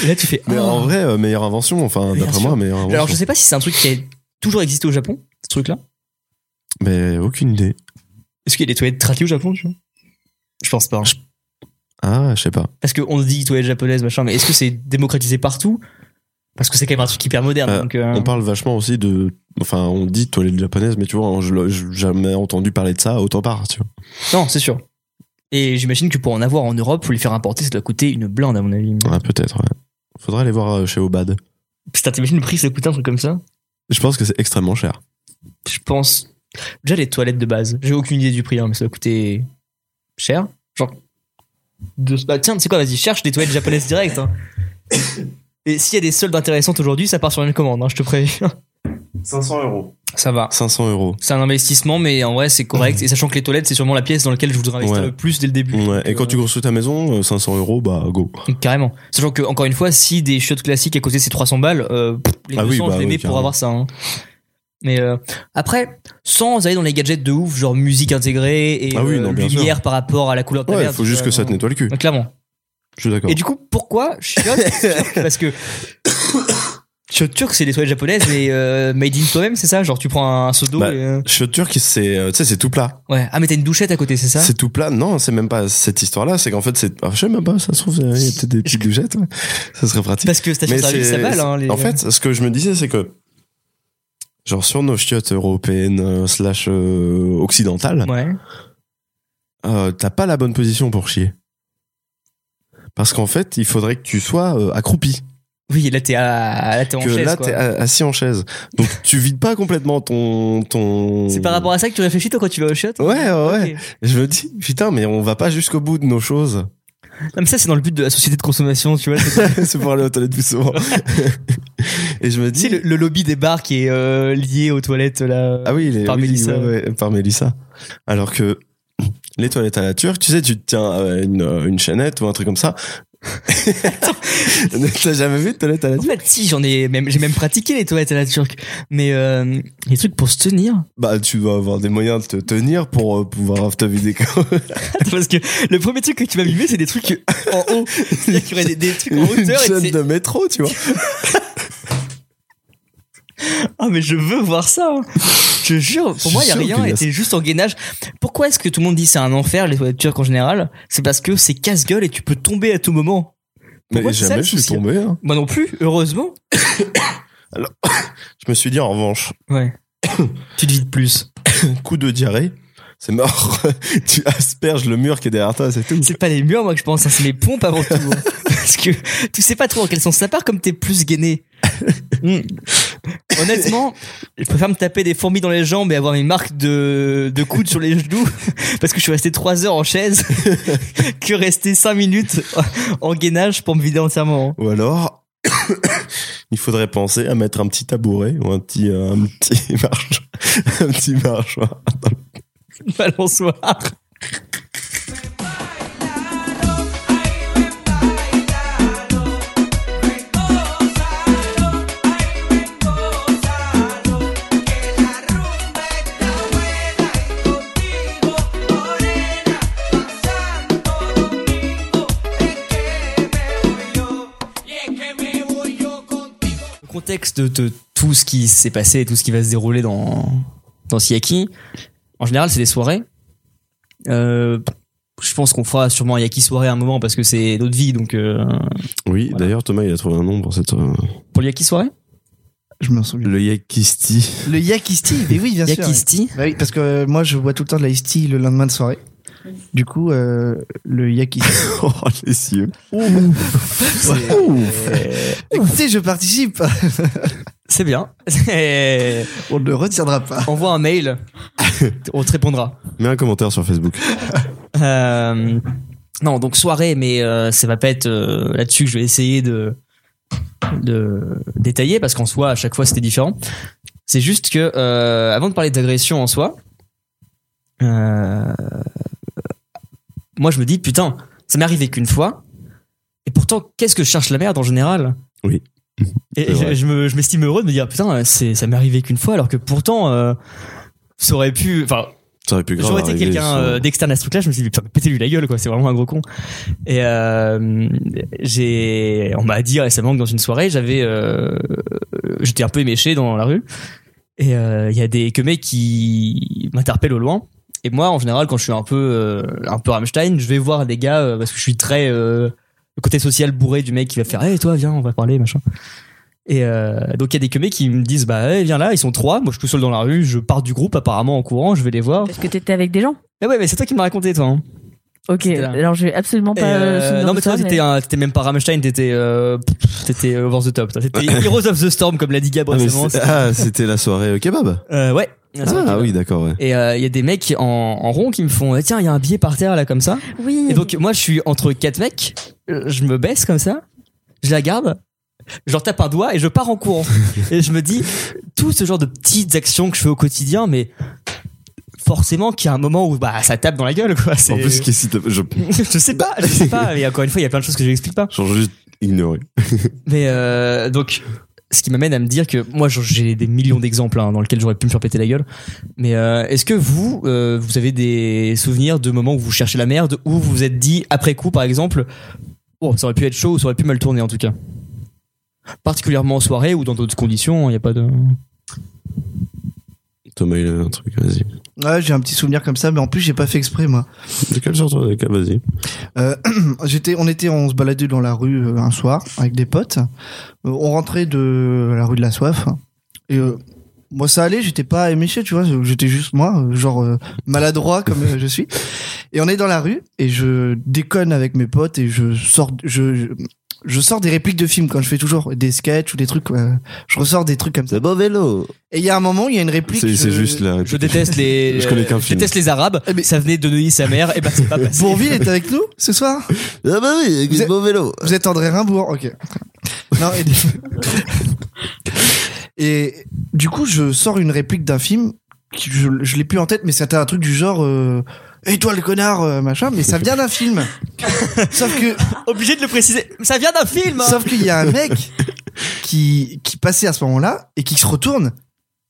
Et là, tu fais.
Mais
ah.
en vrai, euh, meilleure invention. Enfin,
Bien
d'après
sûr.
moi, meilleure invention.
Alors, je sais pas si c'est un truc qui a toujours existé au Japon. truc-là
Mais aucune idée.
Est-ce qu'il y a des toilettes traquées au Japon, tu vois Je pense pas. hein.
Ah, je sais pas.
Parce qu'on se dit toilettes japonaises, machin, mais est-ce que c'est démocratisé partout Parce que c'est quand même un truc hyper moderne.
Euh,
donc, euh,
On parle vachement aussi de. Enfin, on dit toilette japonaise, mais tu vois, je l'ai j'ai jamais entendu parler de ça autant part, tu vois.
Non, c'est sûr. Et j'imagine que pour en avoir en Europe, pour les faire importer, ça doit coûter une blinde, à mon avis.
Ouais, peut-être, ouais. Faudrait aller voir euh, chez Obad.
Putain, t'imagines le prix, ça coûte un truc comme ça
Je pense que c'est extrêmement cher.
Je pense. Déjà, les toilettes de base. J'ai aucune idée du prix, hein, mais ça va coûter cher. Genre. deux- Bah, tiens, tu sais quoi, vas-y, cherche des toilettes japonaises direct. hein. Et s'il y a des soldes intéressantes aujourd'hui, ça part sur une commande, hein, je te préviens.
500 euros.
Ça va.
500 euros.
C'est un investissement, mais en vrai, c'est correct. Et sachant que les toilettes, c'est sûrement la pièce dans laquelle je voudrais investir
Mmh. Ouais.
le plus dès le début.
Ouais, et quand
euh,
tu construis ta maison, euh, 500 euros, bah go.
Donc, carrément. Sachant que, encore une fois, si des chiottes classiques à côté c'est 300 balles, euh, pff, les
Ah
200,
oui, bah
je les
oui,
mets pour
carrément.
avoir ça. hein. Mais euh, après, sans aller dans les gadgets de ouf, genre musique intégrée et
Ah oui,
euh,
non, bien
lumière par rapport à la couleur de ta
Ouais,
merde,
faut juste
euh,
que ça te
non.
nettoie le cul.
Donc, clairement.
Je suis d'accord.
Et du coup, pourquoi chiottes turques Parce que chiottes turques, c'est les toilettes japonaises et euh, made in toi-même, c'est ça Genre, tu prends un seau d'eau
Bah,
et, euh,
Chiotte turque, c'est euh, tu sais, c'est tout plat.
Ouais. Ah, mais t'as une douchette à côté, c'est ça
C'est tout plat. Non, c'est même pas cette histoire-là. C'est qu'en fait, c'est. ah, je sais même pas, ça se trouve, il y a peut-être des petites douchettes. ouais. Ça serait pratique.
Parce que station service, ça
c'est-
balle. Hein, les-
En fait, ce que je me disais, c'est que. Genre, sur nos chiottes européennes, euh, slash euh, occidentales,
Ouais.
euh, t'as pas la bonne position pour chier. Parce qu'en fait, il faudrait que tu sois euh, accroupi.
Oui, là, t'es à... là, t'es en
que
chaise.
là,
quoi.
t'es a- assis en chaise. Donc, tu vides pas complètement ton. ton...
C'est par rapport à ça que tu réfléchis, toi, quand tu vas aux chiottes
Ouais, ouais, ouais.
Ok.
Je me dis, putain, mais on va pas jusqu'au bout de nos choses.
Non, mais ça, c'est dans le but de la société de consommation, tu vois. C'est-
c'est pour aller aux toilettes plus souvent. et je me
tu
dis.
sais, le, le lobby des bars qui est euh, lié aux toilettes, là.
Ah oui, les,
Par
oui,
Mélissa.
ouais, ouais, par Mélissa. Alors que les toilettes à la turque, tu sais, tu te tiens euh, une, euh, une chaînette ou un truc comme ça. T'as jamais vu de toilettes à la
En
turque
fait, si, j'en ai même, j'ai même pratiqué les toilettes à la turque. Mais euh, les trucs pour se tenir.
Bah, tu dois avoir des moyens de te tenir pour euh, pouvoir te vider. quand-
Parce que le premier truc que tu vas mimer, c'est des trucs en haut. C'est-à-dire qu'il y aurait des, des trucs en
une
hauteur et
chaîne
c'est-
de métro, tu vois.
Ah, mais je veux voir ça. hein. Je jure,
Je
pour moi, il
suis
n'y a rien
sûr qu'il y
et
a
t'es juste en gainage. Pourquoi est-ce que tout le monde dit c'est un enfer, les toilettes turques en général C'est parce que c'est casse-gueule et tu peux tomber à tout moment. Pourquoi
Mais
c'est ça,
jamais
le
je suis
souci
tombé. hein.
Moi non plus, heureusement.
Je me suis dit, en revanche,
Ouais. tu te vides plus.
coup de diarrhée, c'est mort. tu asperges le mur qui est derrière toi, c'est tout.
C'est pas les murs, moi, que je pense, hein, c'est les pompes avant tout. hein. Parce que tu sais pas trop en quel sens ça part, comme t'es plus gainé. Mm. Honnêtement, je préfère me taper des fourmis dans les jambes et avoir mes marques de, de coude sur les genoux, parce que je suis resté 3 heures en chaise, que rester 5 minutes en gainage pour me vider entièrement. hein.
Ou alors, il faudrait penser à mettre un petit tabouret ou un petit, euh, un petit marche, un petit marchoir.
Balançoire. Le contexte de tout ce qui s'est passé et tout ce qui va se dérouler dans, dans Siaki, en général, c'est des soirées. Euh, je pense qu'on fera sûrement un Yaki soirée à un moment parce que c'est notre vie. Donc, euh,
Oui, d'ailleurs, Thomas, il a trouvé un nom pour cette. euh,
pour le Yaki soirée
Je m'en souviens.
Le Yakisti.
Le yakisti, mais oui, bien sûr.
Yakisti
Bah oui, parce que euh, moi, je bois tout le temps de la tea le lendemain de soirée. Du coup, euh, le yakisti.
oh, les yeux.
c'est- Écoutez, je participe.
C'est bien. C'est-
On ne le retiendra pas.
Envoie un mail. On te répondra.
Mets un commentaire sur Facebook.
Euh, non, donc soirée, mais euh, ça va pas être euh, là-dessus que je vais essayer de, de détailler parce qu'en soi, à chaque fois, c'était différent. C'est juste que, euh, avant de parler d'agression en soi, euh, moi je me dis, putain, ça m'est arrivé qu'une fois, et pourtant, qu'est-ce que je cherche la merde en général
Oui.
Et
C'est
je,
vrai.
je me- je m'estime heureux de me dire, putain, c'est- ça m'est arrivé qu'une fois, alors que pourtant, euh, ça aurait pu. Enfin,
Ça aurait pu grave
J'aurais été
arriver
quelqu'un
sur-
euh, d'externe à ce truc-là, je me suis dit, putain, mais pétez-lui la gueule, quoi, c'est vraiment un gros con. Et euh, j'ai, on m'a dit récemment que dans une soirée, j'avais, euh, j'étais un peu éméché dans la rue. Et euh, il y a des mecs qui m'interpellent au loin. Et moi, en général, quand je suis un peu, euh, un peu Rammstein, je vais voir des gars euh, parce que je suis très euh, le côté social bourré du mec qui va faire, hey, toi, viens, on va parler, machin. Et euh, donc il y a des mecs qui me disent, bah, hey, viens là, ils sont trois. Moi, je suis tout seul dans la rue, je pars du groupe apparemment en courant, je vais les voir.
Parce que t'étais avec des gens.
Ah ouais, mais c'est toi qui m'as raconté, toi. hein.
Ok,
C'était là.
alors je vais absolument
Et,
pas.
euh,
euh, souvenir
non
de
mais toi
ça,
t'étais un- t'étais même pas Rammstein t'étais euh, pff, t'étais over the top toi. t'étais Heroes of the Storm comme l'a dit Gab
Ah, mais
récemment
c'est- ah, c'était la soirée au kebab.
Euh, ouais
Ah, ah oui, d'accord, ouais.
et euh, il y a des mecs en, en rond qui me font eh, tiens il y a un billet par terre là comme ça
Oui.
et donc moi je suis entre quatre mecs euh, je me baisse comme ça je la garde je leur tape un doigt et je pars en courant et je me dis tout ce genre de petites actions que je fais au quotidien mais forcément qu'il y a un moment où bah ça tape dans la gueule quoi
En plus, qu'est-ce que je
je sais pas, je sais pas. Et encore une fois, il y a plein de choses que je n'explique pas.
Genre juste ignoré.
Mais euh, donc, ce qui m'amène à me dire que moi, genre, j'ai des millions d'exemples hein, dans lesquels j'aurais pu me faire péter la gueule. Mais euh, est-ce que vous, euh, vous avez des souvenirs de moments où vous cherchez la merde, où vous vous êtes dit après coup, par exemple, oh, ça aurait pu être chaud, ou ça aurait pu mal tourner en tout cas. Particulièrement en soirée ou dans d'autres conditions, il n'y a pas de.
Thomas, il a un truc, vas-y.
Ouais, j'ai un petit souvenir comme ça, mais en plus, j'ai pas fait exprès, moi.
De quel genre, toi, de quel- vas-y.
Euh, j'étais, on était, on se baladait dans la rue euh, un soir avec des potes. Euh, on rentrait de la rue de la soif. Et euh, moi, ça allait. J'étais pas éméché, tu vois. J'étais juste moi, euh, genre euh, maladroit comme euh, je suis. Et on est dans la rue et je déconne avec mes potes et je sors, je, je, je sors des répliques de films quand je fais toujours des sketchs ou des trucs. euh, je ressors des trucs comme ça.
C'est beau vélo.
Et il y a un moment, il y a une réplique.
C'est c'est
je-
juste là.
Je déteste les.
Je connais qu'un film.
déteste les Arabes. Ça venait de Neuilly sa mère. Et ben c'est pas passé.
Bourville est avec nous ce soir
Ah bah oui, avec
Vous
des
êtes-
beaux vélos.
Vous êtes André Rimbourg, ok. Non, et... et du coup, je sors une réplique d'un film, qui, je, je l'ai plus en tête, mais c'était un truc du genre. Euh, et toi le connard, euh, machin, mais ça vient d'un film. sauf que,
Obligé de le préciser. Ça vient d'un film. hein.
sauf qu'il y a un mec qui qui passait à ce moment-là et qui se retourne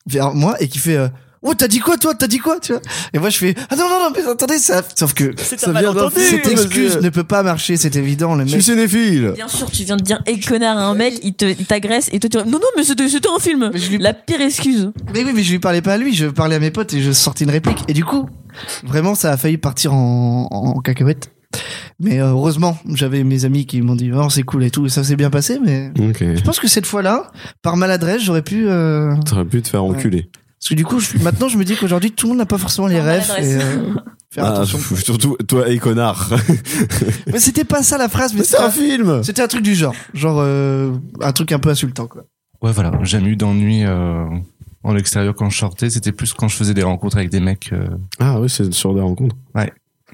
vers moi et qui fait. euh, Oh, t'as dit quoi, toi T'as dit quoi, tu vois Et moi, je fais Ah non, non, non, mais attendez, ça. Sauf que
C'est
Ça
un
vient d'un
malentendu.
film.
cette excuse ne peut pas marcher, c'est évident. Le
Je
mec.
suis cinéphile.
Bien sûr, tu viens de dire, hey connard, un mail, il te- il t'agresse, et toi tu. Non, non, mais c'était c'était un film.
Mais je lui-
La pire excuse.
Mais oui, mais je lui parlais pas à lui, je parlais à mes potes et je sortais une réplique. Et du coup, vraiment, ça a failli partir en, en cacahuète. Mais euh, heureusement, j'avais mes amis qui m'ont dit oh, c'est cool et tout, et ça s'est bien passé. Mais
Ok.
je pense que cette fois-là, par maladresse, j'aurais pu. euh,
T'aurais pu te faire enculer.
Parce que du coup, je- maintenant, je me dis qu'aujourd'hui, tout le monde n'a pas forcément les
Par
rêves. Et,
maladresse.
euh, faire
Ah,
attention.
pff, surtout, toi, et connard.
Mais c'était pas ça la phrase, mais
C'est
c'était
un
un,
film.
c'était un truc du genre, genre euh, un truc un peu insultant quoi.
Ouais, voilà. J'ai Jamais eu d'ennui euh, en extérieur quand je sortais. C'était plus quand je faisais des rencontres avec des mecs euh,
Ah oui, c'est sur des rencontres.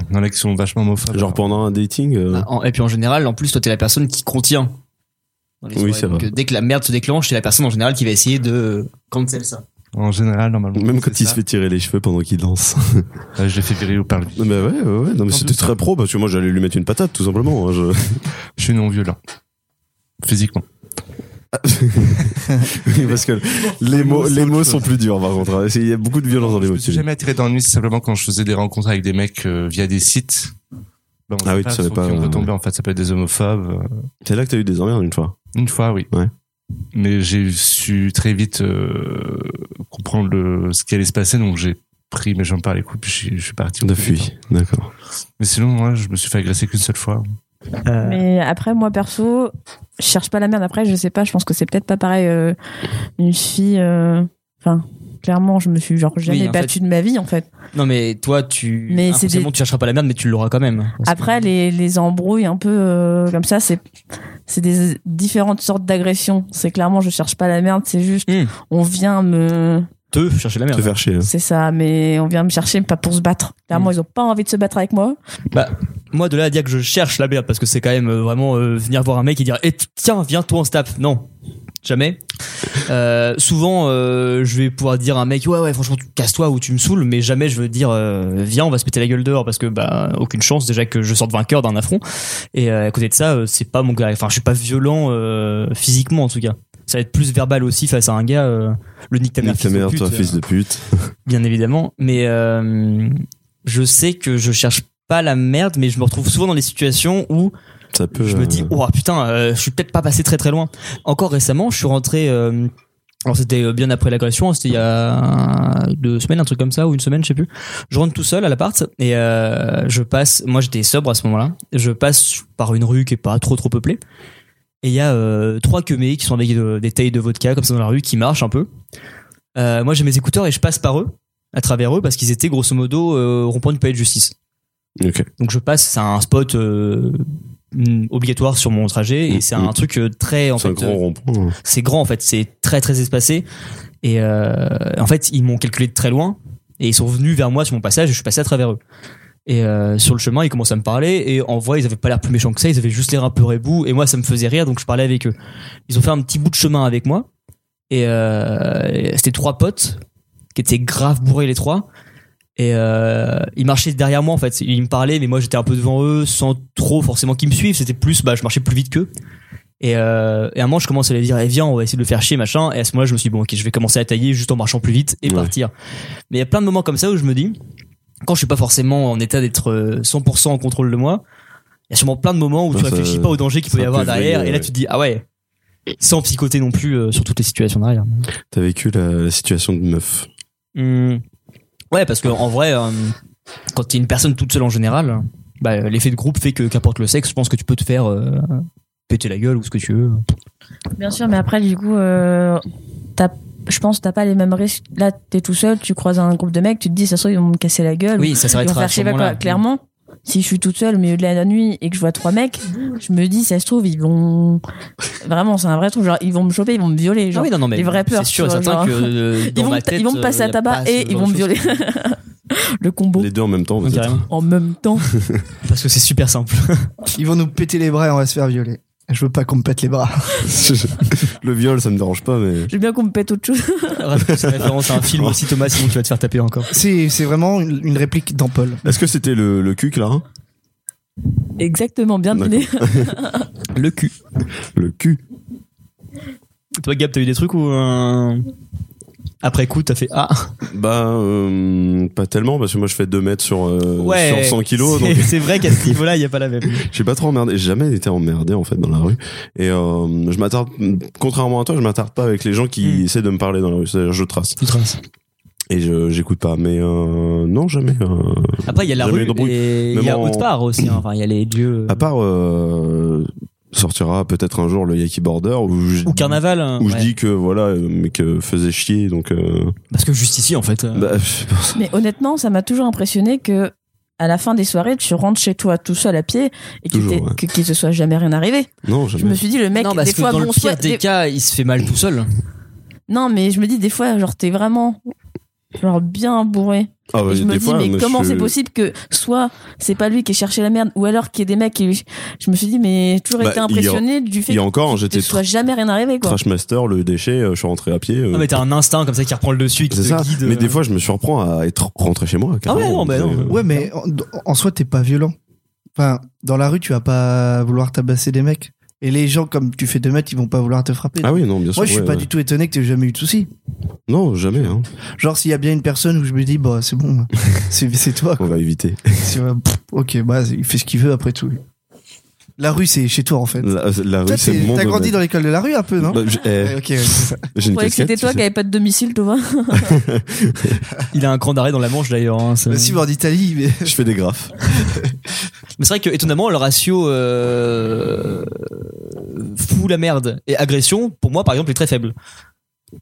dans les qui sont vachement homophobes.
Genre pendant un dating. euh,
Ah, en- et puis en général, en plus, toi, t'es la personne qui contient. dans les
Oui,
soirées.
c'est vrai.
Donc, euh, dès que la merde se déclenche, t'es la personne en général qui va essayer de euh, cancel ça.
En général, normalement.
Même
c'est
quand il
ça.
se fait tirer les cheveux pendant qu'il danse.
Euh, je l'ai fait virer au par lui.
Bah ouais, ouais, ouais. Non, mais c'était très pro parce que moi j'allais lui mettre une patate tout simplement. hein, je-
Je suis non violent. Physiquement.
Oui, parce que les mots,
c'est
les
autre
mots
chose.
sont plus durs par contre. hein. Il y a beaucoup de violence dans les
je
mots.
me suis jamais attiré d'ennui, c'est simplement quand je faisais des rencontres avec des mecs euh, via des sites. Ben, on
Ah
sait
oui, tu savais
sur
pas,
qui on
euh,
peut tomber, en fait, ça peut être des homophobes. euh,
C'est là que t'as eu des emmerdes une fois.
Une fois, oui.
Ouais.
Mais j'ai su très vite euh, comprendre le, ce qui allait se passer, donc j'ai pris mes jambes par les couilles, puis je suis- je suis parti.
De fuite, d'accord.
Mais sinon, moi, je me suis fait agresser qu'une seule fois.
Mais après, moi perso, je cherche pas la merde. Après, je sais pas, je pense que c'est peut-être pas pareil. euh, une
Ah.
fille. euh, Enfin, clairement, je me suis genre jamais
Oui, en
battue de ma vie en fait.
Non, mais toi, tu.
Mais c'est
inconsciemment,
des-
tu chercheras pas la merde, mais tu l'auras quand même. Parce que-
Après, les, les embrouilles un peu euh, comme ça, c'est c'est des différentes sortes d'agressions. C'est clairement, je cherche pas la merde, c'est juste,
Hmm.
on vient me.
Te chercher la
Te
merde.
faire chier. hein.
C'est ça, mais on vient me chercher, mais pas pour se battre.
Hmm.
Clairement, ils ont pas envie de se battre avec moi.
Moi, de là à dire que je cherche la merde, parce que c'est quand même euh, vraiment euh, venir voir un mec et dire Eh, Tiens, viens, toi, on se tape. Non. Jamais. Euh, souvent, euh, je vais pouvoir dire à un mec Ouais, ouais, franchement, tu- casse-toi ou tu me saoules, mais jamais je veux dire euh, Viens, on va se péter la gueule dehors, parce que, bah, aucune chance déjà que je sorte vainqueur d'un affront. Et euh, à côté de ça, euh, c'est pas mon gars. Enfin, je suis pas violent euh, physiquement, en tout cas. Ça va être plus verbal aussi face à un gars, euh, le nique ta mère,
Nique ta
fils de
mère,
pute,
toi,
euh,
fils de pute.
bien évidemment. Mais euh, je sais que je cherche pas la merde, mais je me retrouve souvent dans les situations où
Ça peut.
je me dis,
euh,
oh putain, euh, je suis peut-être pas passé très très loin. Encore récemment, je suis rentré euh, Alors c'était euh, bien après l'agression, c'était il y a deux semaines, un truc comme ça, ou une semaine, je sais plus. Je rentre tout seul à l'appart et euh, je passe, moi j'étais sobre à ce moment-là, je passe par une rue qui est pas trop trop peuplée. Et il y a euh, trois queumés qui sont avec euh, des tailles de vodka comme ça dans la rue, qui marchent un peu. Euh, moi j'ai mes écouteurs et je passe par eux, à travers eux, parce qu'ils étaient grosso modo euh, au rond-point du palais de justice.
Ok.
Donc je passe, c'est un spot euh, mm, obligatoire sur mon trajet et c'est un
Mm.
truc euh, très en
C'est un
fait,
grand
euh,
rond-point.
C'est grand en fait, c'est très très espacé et euh, en fait ils m'ont calculé de très loin et ils sont venus vers moi sur mon passage et je suis passé à travers eux. Et euh, sur le chemin, ils commencent à me parler et en vrai, ils avaient pas l'air plus méchants que ça, ils avaient juste l'air un peu rébous et moi ça me faisait rire donc je parlais avec eux. Ils ont fait un petit bout de chemin avec moi et euh, c'était trois potes qui étaient grave bourrés les trois et euh, ils marchaient derrière moi en fait ils me parlaient mais moi j'étais un peu devant eux sans trop forcément qu'ils me suivent c'était plus bah je marchais plus vite qu'eux et, euh, et à un moment je commence à les dire eh, viens on va essayer de le faire chier machin et à ce moment là je me suis dit bon ok je vais commencer à tailler juste en marchant plus vite et partir mais il y a plein de moments comme ça où je me dis quand je suis pas forcément en état d'être euh, 100% en contrôle de moi il y a sûrement plein de moments où
Ouais,
tu
ça-
réfléchis pas au danger qu'il
ça
peut y avoir
peut
derrière
éveiller,
et là
ouais.
tu te dis ah ouais sans psychoter non plus euh, sur toutes les situations derrière
T'as vécu la, la situation de meuf.
Hmm. Ouais, parce que en vrai, euh, quand t'es une personne toute seule en général, bah, euh, l'effet de groupe fait que qu'importe le sexe, je pense que tu peux te faire euh, péter la gueule ou ce que tu veux.
Bien sûr, mais après, du coup, euh, t'as- je pense que t'as pas les mêmes risques. Là, t'es tout seul, tu croises un groupe de mecs, tu te dis, ça se trouve, ils vont me casser la gueule.
Oui, ça
Ils vont
s'arrêtera
faire
à
je
ce
sais pas quoi.
moment-là.
Clairement, si je suis toute seule au milieu de la nuit et que je vois trois mecs, je me dis, ça se trouve, ils vont. Vraiment, c'est un vrai truc. Genre, ils vont me choper, ils vont me violer. Genre,
Ah oui, non, non, mais
les vraies
c'est
peurs.
sûr et
tu vois,
certain
genre.
que, euh, dans
ils, vont,
ma tête,
ils vont me passer
euh,
à
y a pas
tabac
ce
et ils
genre
vont
de
me violer. Le combo.
Les deux en même temps, peut-être.
En même temps.
Parce que c'est super simple.
Ils vont nous péter les bras et on va se faire violer. Je veux pas qu'on me pète les bras.
Le viol, ça me dérange pas, mais.
J'ai bien qu'on me pète autre chose.
C'est une référence à un film aussi, Thomas, sinon tu vas te faire taper encore.
C'est c'est vraiment une, une réplique
Euh,
d'Ampol.
Est-ce que c'était le, le cul, Clara
Exactement, bien donné.
Le cul.
Le cul.
Toi, Gab, t'as eu des trucs où euh, après coup, t'as fait ah.
Bah, euh, pas tellement, parce que moi je fais 2 mètres sur, euh,
Ouais.
sur 100 kilos.
c'est-
Donc...
C'est vrai qu'à ce niveau-là, il y a pas la même.
J'ai pas trop emmerdé, j'ai jamais été emmerdé en fait dans la rue. Et euh, je m'attarde, contrairement à toi, je m'attarde pas avec les gens qui
Hmm.
essaient de me parler dans la rue. C'est-à-dire, je trace.
Tu traces.
Et je j'écoute pas. Mais euh, non, jamais. euh,
Après, il y a la
jamais eu
rue
d'embrouille.
et il
Même
y a
en-
autre part aussi. hein. Enfin, il y a les dieux.
À part euh, sortira peut-être un jour le Yaki Border où je,
Ou carnaval. hein.
où je
Ouais.
dis que voilà, euh, mais que faisait chier. Donc, euh,
Parce que justifie en fait. euh.
bah, pff,
Mais honnêtement, ça m'a toujours impressionné que à la fin des soirées, tu rentres chez toi tout seul à pied et qu'il
Toujours,
t'ait-
ouais.
que- qu'il se soit jamais rien arrivé.
non,
Je me
jamais.
suis dit le mec
non, parce
des
que
fois
dans
bon
le pire
soit
des
des-
cas, il se fait mal tout seul.
Non, mais je me dis des fois genre t'es vraiment genre bien bourré.
Ah, bah,
Et je me
des
dis
fois,
mais
moi,
comment
je-
c'est possible que soit c'est pas lui qui ait cherché la merde ou alors qu'il y ait des mecs qui lui- je me suis dit mais j'ai toujours
Bah,
été
il y a-
impressionné du fait
Il y a encore,
qu'il
j'étais
ne soit jamais rien arrivé quoi.
Trashmaster, le déchet, euh, je suis rentré à pied. euh,
Non, Ah, mais t'as un instinct comme ça qui reprend le dessus et qui
c'est
te
ça.
guide. euh.
Mais des fois, je me surprends à être rentré chez moi.
Ah ouais,
carrément.
non, bah non.
C'est-
Ouais, mais en, en soi, t'es pas violent. Enfin, dans la rue, tu vas pas vouloir tabasser des mecs. Et les gens, comme tu fais 2 mètres, ils vont pas vouloir te frapper.
Ah oui, non, bien sûr.
Moi, je suis
ouais,
pas
ouais.
du tout étonné que t'aies jamais eu de soucis.
Non, jamais. Hein.
Genre, s'il y a bien une personne où je me dis, bah, c'est bon, c'est c'est toi.
On
quoi.
va éviter.
C'est vrai, pff, ok, bah, il fait ce qu'il veut après tout. La rue, c'est chez toi, en fait.
La, la
Toi,
rue, c'est
t'es-
mon
T'as grandi
domaine.
dans l'école de la rue un peu, non
Bah, j'ai- eh,
Ouais, Ok, ouais, c'est ça.
j'ai une
Ouais, que
casquette.
c'était toi
tu
qui avait pas de domicile, tu vois.
Il a un cran d'arrêt dans la manche d'ailleurs. hein, ça-
Bah, si, mais en Italie, mais.
sais. Je fais des graphes.
Mais c'est vrai que étonnamment, le ratio euh... fou la merde et agression, pour moi par exemple, est très faible.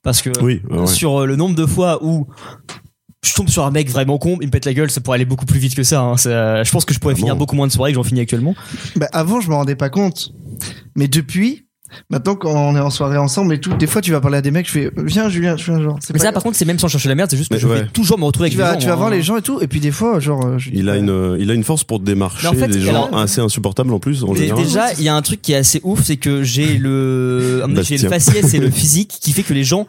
Parce que
Oui, Bah ouais, ouais.
sur euh, le nombre de fois où je tombe sur un mec vraiment con, il me pète la gueule, ça pourrait aller beaucoup plus vite que ça. hein. Ça- je pense que je pourrais
Ah
finir
bon
beaucoup moins de soirées que j'en finis actuellement.
Bah, avant, je m'en rendais pas compte. Mais depuis, maintenant, quand on est en soirée ensemble et tout, des fois, tu vas parler à des mecs, je fais, viens, Julien, je viens, genre. c'est pas
Mais ça,
grave.
par contre, c'est même sans chercher la merde, c'est juste que
Mais
je
ouais.
vais toujours me retrouver avec
tu
des
vas,
gens,
tu vas
hein.
voir les gens et tout, et puis des fois, genre. euh, je dis,
Il a, une, euh, il a une force pour démarcher
Mais en fait,
des gens
alors-
assez insupportables en plus. En
Mais
général.
déjà, il y a un truc qui est assez ouf, c'est que j'ai le, à un moment donné, j'ai le
Bastien.
faciès et le physique qui fait que les gens,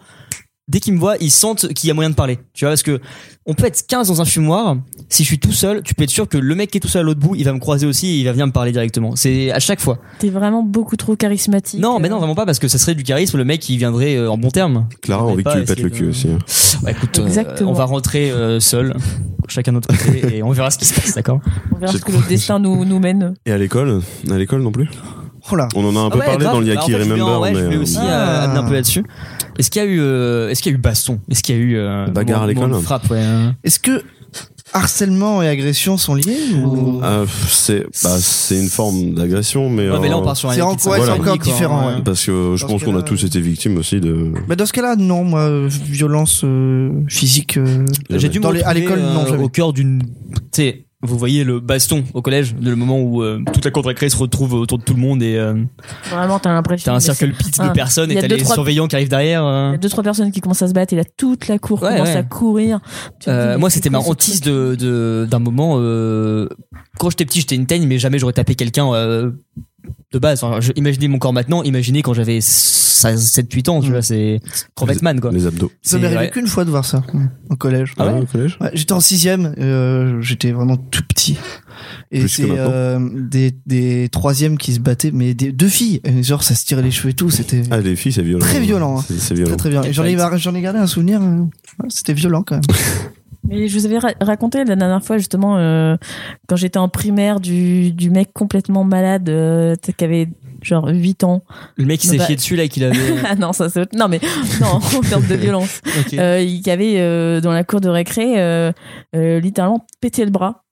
dès qu'ils me voient, ils sentent qu'il y a moyen de parler. Tu vois, parce que on peut être 15 dans un fumoir. Si je suis tout seul, tu peux être sûr que le mec qui est tout seul à l'autre bout, il va me croiser aussi et il va venir me parler directement. C'est à chaque fois.
T'es vraiment beaucoup trop charismatique. euh.
Non, mais non, vraiment pas, parce que ça serait du charisme, le mec, il viendrait euh, en bon terme.
Clara a
on
envie que
va
tu lui
pas
pètes le
essayer
cul
de-
aussi. hein.
Bah écoute, euh,
Exactement.
on va rentrer euh, seul, chacun de notre côté, et on verra ce qui se passe, d'accord?
On verra
J'ai
ce que le destin nous, nous mène.
Et à l'école À l'école non plus
Oh là.
On en a un peu
Ouais,
parlé
grave.
dans le
Bah, en
Yaki
fait, je voulais en-
Remember.
ouais, je
mais,
voulais aussi
euh,
euh, amener un peu là-dessus. Est-ce qu'il y a eu, euh, est-ce qu'il y a eu baston Est-ce qu'il y a eu euh,
Bagarre à
moment- moment
l'école
de Frappe, ouais. hein.
Est-ce que harcèlement et agression sont liés ou...
Ah, pff, c'est bah, c'est une forme d'agression, mais. euh,
Ouais, mais là, on part sur un C'est Yaki encore- Saki, ouais, c'est encore quoi.
hein.
différent, ouais.
Parce que je
Dans
pense
ce
qu'on
cas-là,
a
euh,
tous été victimes aussi de.
Bah, dans ce cas-là, non, moi, euh, violence euh, physique. euh,
J'ai dû me
dans les- à
retrouver,
l'école, non,
euh,
jamais.
au cœur d'une. Tu sais, vous voyez le baston au collège, le moment où euh, toute la cour de récré se retrouve autour de tout le monde et euh,
Vraiment, t'as l'impression.
t'as un
mais
cercle
c'est-
pit
Ah,
de personnes
il y
et
a
t'as
deux,
les
trois-
surveillants qui arrivent derrière. euh.
Il y a deux, trois personnes qui commencent à se battre et là, toute la cour
Ouais,
commence
ouais.
à courir. Tu te dis,
Euh,
mais
moi,
c'est
c'était
quoi
ma
ce
hantise de de- d'un moment. euh, quand j'étais petit, j'étais une teigne, mais jamais j'aurais tapé quelqu'un euh, de base. Enfin, je- imaginez mon corps maintenant, imaginez quand j'avais 7-8
Mm.
ans, tu vois, c'est Croc Batman, quoi.
Les abdos.
Ça m'est arrivé qu'une fois de voir ça hein, au collège.
Ah ouais, au
collège
J'étais en sixième, euh, j'étais vraiment tout petit. Et
Plus que
c'est
maintenant.
euh, des, des troisièmes qui se battaient, mais des, deux filles. Et genre, ça se tirait les cheveux et tout. C'était
Ah, les filles, c'est violent.
très violent. hein.
C'est- C'est violent.
Très très bien. Et J'en ai, j'en ai gardé un souvenir. euh, ouais, C'était violent quand même.
Mais je vous avais ra- raconté la dernière fois justement euh, quand j'étais en primaire du, du mec complètement malade euh, tu sais, qui avait genre 8 ans.
Le mec qui s'est
Bah-
chié dessus, là, et qu'il avait.
ah non, ça c'est autre- Non, mais non, en termes de violence.
Ok.
Euh, il y avait euh, dans la cour de récré euh, euh, littéralement pété le bras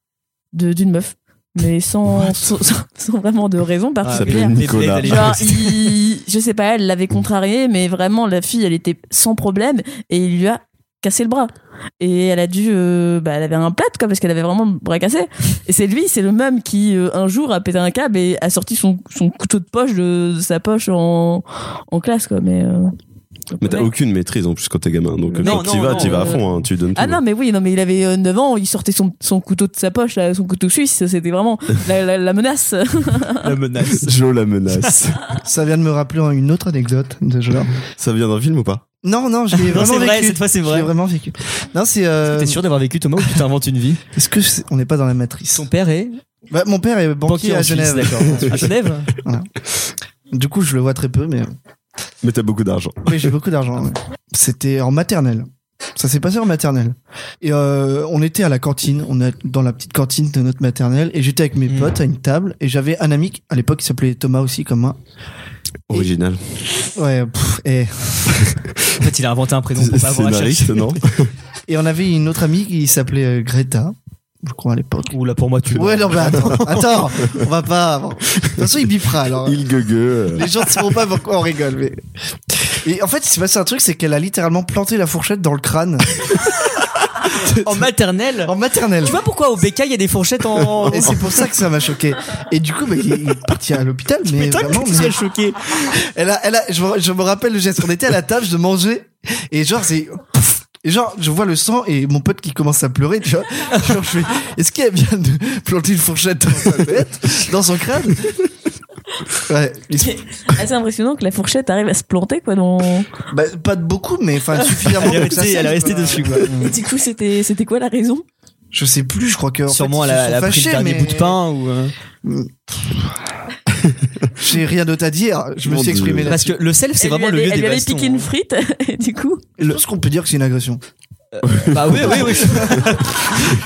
de- d'une meuf. Mais sans, sans, sans vraiment de raison
Ah,
particulière.
Nicolas.
Genre, il- je sais pas, elle l'avait contrarié, mais vraiment, la fille, elle était sans problème et il lui a cassé le bras. Et elle a dû. euh, bah, elle avait un plâtre, quoi, parce qu'elle avait vraiment le bras cassé. Et c'est lui, c'est le même qui, euh, un jour, a pété un câble et a sorti son, son couteau de poche de, de sa poche en, en classe, quoi. Mais. euh,
Mais t'as aucune maîtrise en plus quand t'es gamin. Donc
Non,
quand
non,
t'y vas,
non,
t'y vas à
euh,
fond. hein, Tu donnes tout.
Ah non, mais oui, non, mais il avait euh, 9 ans, il sortait son, son couteau de sa poche, là, son couteau suisse, c'était vraiment la, la- la menace.
La menace.
Joe la menace.
ça vient de me rappeler une autre anecdote de genre.
Ça vient d'un film ou pas
Non, non, je l'ai
Non,
vraiment
c'est
vécu.
vrai, cette fois, c'est
Je
vrai.
l'ai vraiment vécu. Non, c'est. euh,
T'es sûr d'avoir vécu Thomas ou tu t'inventes une vie
Est-ce que c'est- on n'est pas dans la matrice
Ton père est
Bah, mon père est
banquier
banquier, à
en Suisse,
Genève.
d'accord. À Genève
Voilà. Du coup, je le vois très peu, mais
Mais t'as beaucoup d'argent.
oui, j'ai beaucoup d'argent. ouais. C'était en maternelle. Ça s'est passé en maternelle. Et euh, on était à la cantine, on est dans la petite cantine de notre maternelle, et j'étais avec mes
Mm.
potes à une table, et j'avais un ami qui- à l'époque qui s'appelait Thomas aussi comme moi.
Original.
Ouais, pff, eh.
En fait, il a inventé un prénom pour pas avoir à
Scénariste,
chercher.
non
Et on avait une autre amie qui s'appelait euh, Greta, je crois à l'époque.
Ou là, pour moi, tu.
Ouais, non, mais attends, attends, on va pas. bon. De toute façon, il bipera alors.
Il euh, gueule.
Les gens ne sauront pas pourquoi on rigole. Mais... Et en fait, il s'est passé un truc, c'est qu'elle a littéralement planté la fourchette dans le crâne
En maternelle
en maternelle.
Tu vois pourquoi au BK il y a des fourchettes en.
Et c'est pour ça que ça m'a choqué. Et du coup, bah, il il est parti à l'hôpital, mais
Putain,
vraiment.
que tu
mais-
sois choqué
Elle a, elle a, je, me, je me rappelle le geste. On était à la table, je mangeais, et genre, c'est. pff, Et genre, je vois le sang et mon pote qui commence à pleurer, tu vois. Genre, je fais, est-ce qu'elle vient de planter une fourchette dans sa tête, dans son crâne Ouais, il se-
assez impressionnant que la fourchette arrive à se planter, quoi, dans.
bah, pas de beaucoup, mais enfin suffisamment.
Elle est
pour que ça
restée- elle est
saigne,
restée
quoi.
dessus, quoi.
Et du coup, c'était c'était quoi la raison
Je sais plus, je crois que. en
Sûrement,
fait,
elle
ils se
a,
sont
elle a pris
fâchés,
le dernier
mais
bout de pain ou. euh,
J'ai rien d'autre à dire, je me
Mon
suis exprimé
Dieu.
là.
Parce que le self, c'est
Elle lui
vraiment le
avait-
lieu
Elle
des
lui avait
bastons. hein.
hein.
piqué une frite, et du coup.
Je pense qu'on peut dire que c'est une agression.
Bah oui, oui, oui.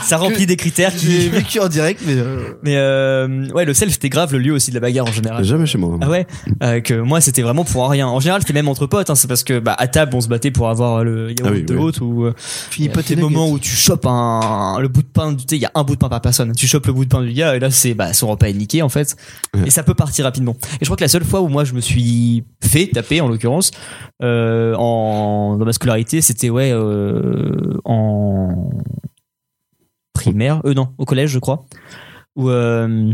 ça remplit des critères
J'ai
qui.
vécu en direct, mais. euh,
Mais euh, ouais, le self, c'était grave le lieu aussi de la bagarre en général.
Jamais chez moi.
Ah ouais, euh, que moi c'était vraiment pour rien. En général, c'était même entre potes. hein, c'est parce que bah, à table, on se battait pour avoir le yaourt
Ah oui,
de
oui.
haute ou euh,
Fini
euh,
pote
des
et nuggets.
moments où tu chopes un le bout de pain. du- Tu sais, il y a un bout de pain par personne. Tu chopes le bout de pain du gars et là c'est bah son repas est niqué en fait.
Ouais.
Et ça peut partir rapidement. Et je crois que la seule fois où moi je me suis fait taper en l'occurrence euh, en dans ma scolarité, c'était ouais euh, en primaire, euh non, au collège je crois, où euh,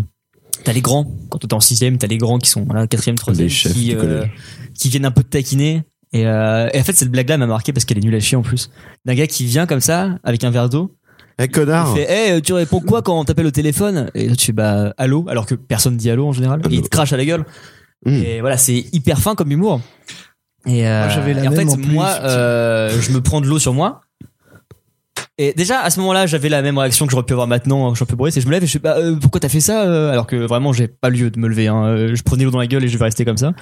t'as les grands, quand t'es en sixième, t'as les grands qui sont voilà, quatrième, troisième,
Les chefs
qui, euh,
du collège.
qui viennent un peu te taquiner. Et, euh, et en fait cette blague là m'a marqué parce qu'elle est nulle à chier en plus. D'un gars qui vient comme ça avec un verre d'eau,
Eh,
il
connard
fait hey, tu réponds quoi quand on t'appelle au téléphone Et là tu fais bah allô, alors que personne dit allô en général. Et il te crache à la gueule.
Mmh.
Et voilà, c'est hyper fin comme humour. Et, euh,
Moi, j'avais la
et en
même
fait,
en plus,
moi, euh, je me prends de l'eau sur moi. Et déjà, à ce moment-là, j'avais la même réaction que j'aurais pu avoir maintenant, hein, je suis un peu bourré, c'est je me lève et je fais, bah, euh, pourquoi t'as fait ça euh Alors que vraiment, j'ai pas lieu de me lever, hein. Euh, je prenais l'eau dans la gueule et je vais rester comme ça.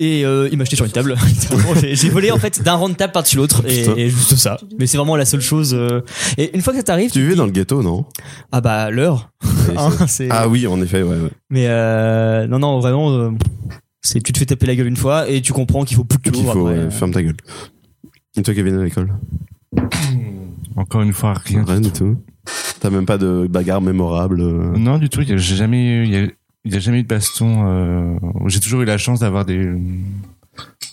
Et euh, il m'a jeté sur une table. Littéralement, j'ai- J'ai volé en fait d'un rang de table par-dessus l'autre et,
Putain.
et juste ça. Mais c'est vraiment la seule chose. euh, Et une fois que ça t'arrive. Tu
vis dans le ghetto, non
Ah bah l'heure. Hein, c'est-
Ah oui, en effet, ouais. ouais.
Mais euh, non, non, vraiment, euh, c'est tu te fais taper la gueule une fois et tu comprends qu'il faut plus que tu
Qu'il
l'ouvres
faut,
après.
ouais, ferme ta gueule. Et toi, Kevin, à l'école
Encore une fois, rien.
Rien du tout. T'as même pas de bagarre mémorable. euh.
Non, du tout. il y a- J'ai jamais eu. il y a- Il n'y a, jamais eu de baston. euh, J'ai toujours eu la chance d'avoir des.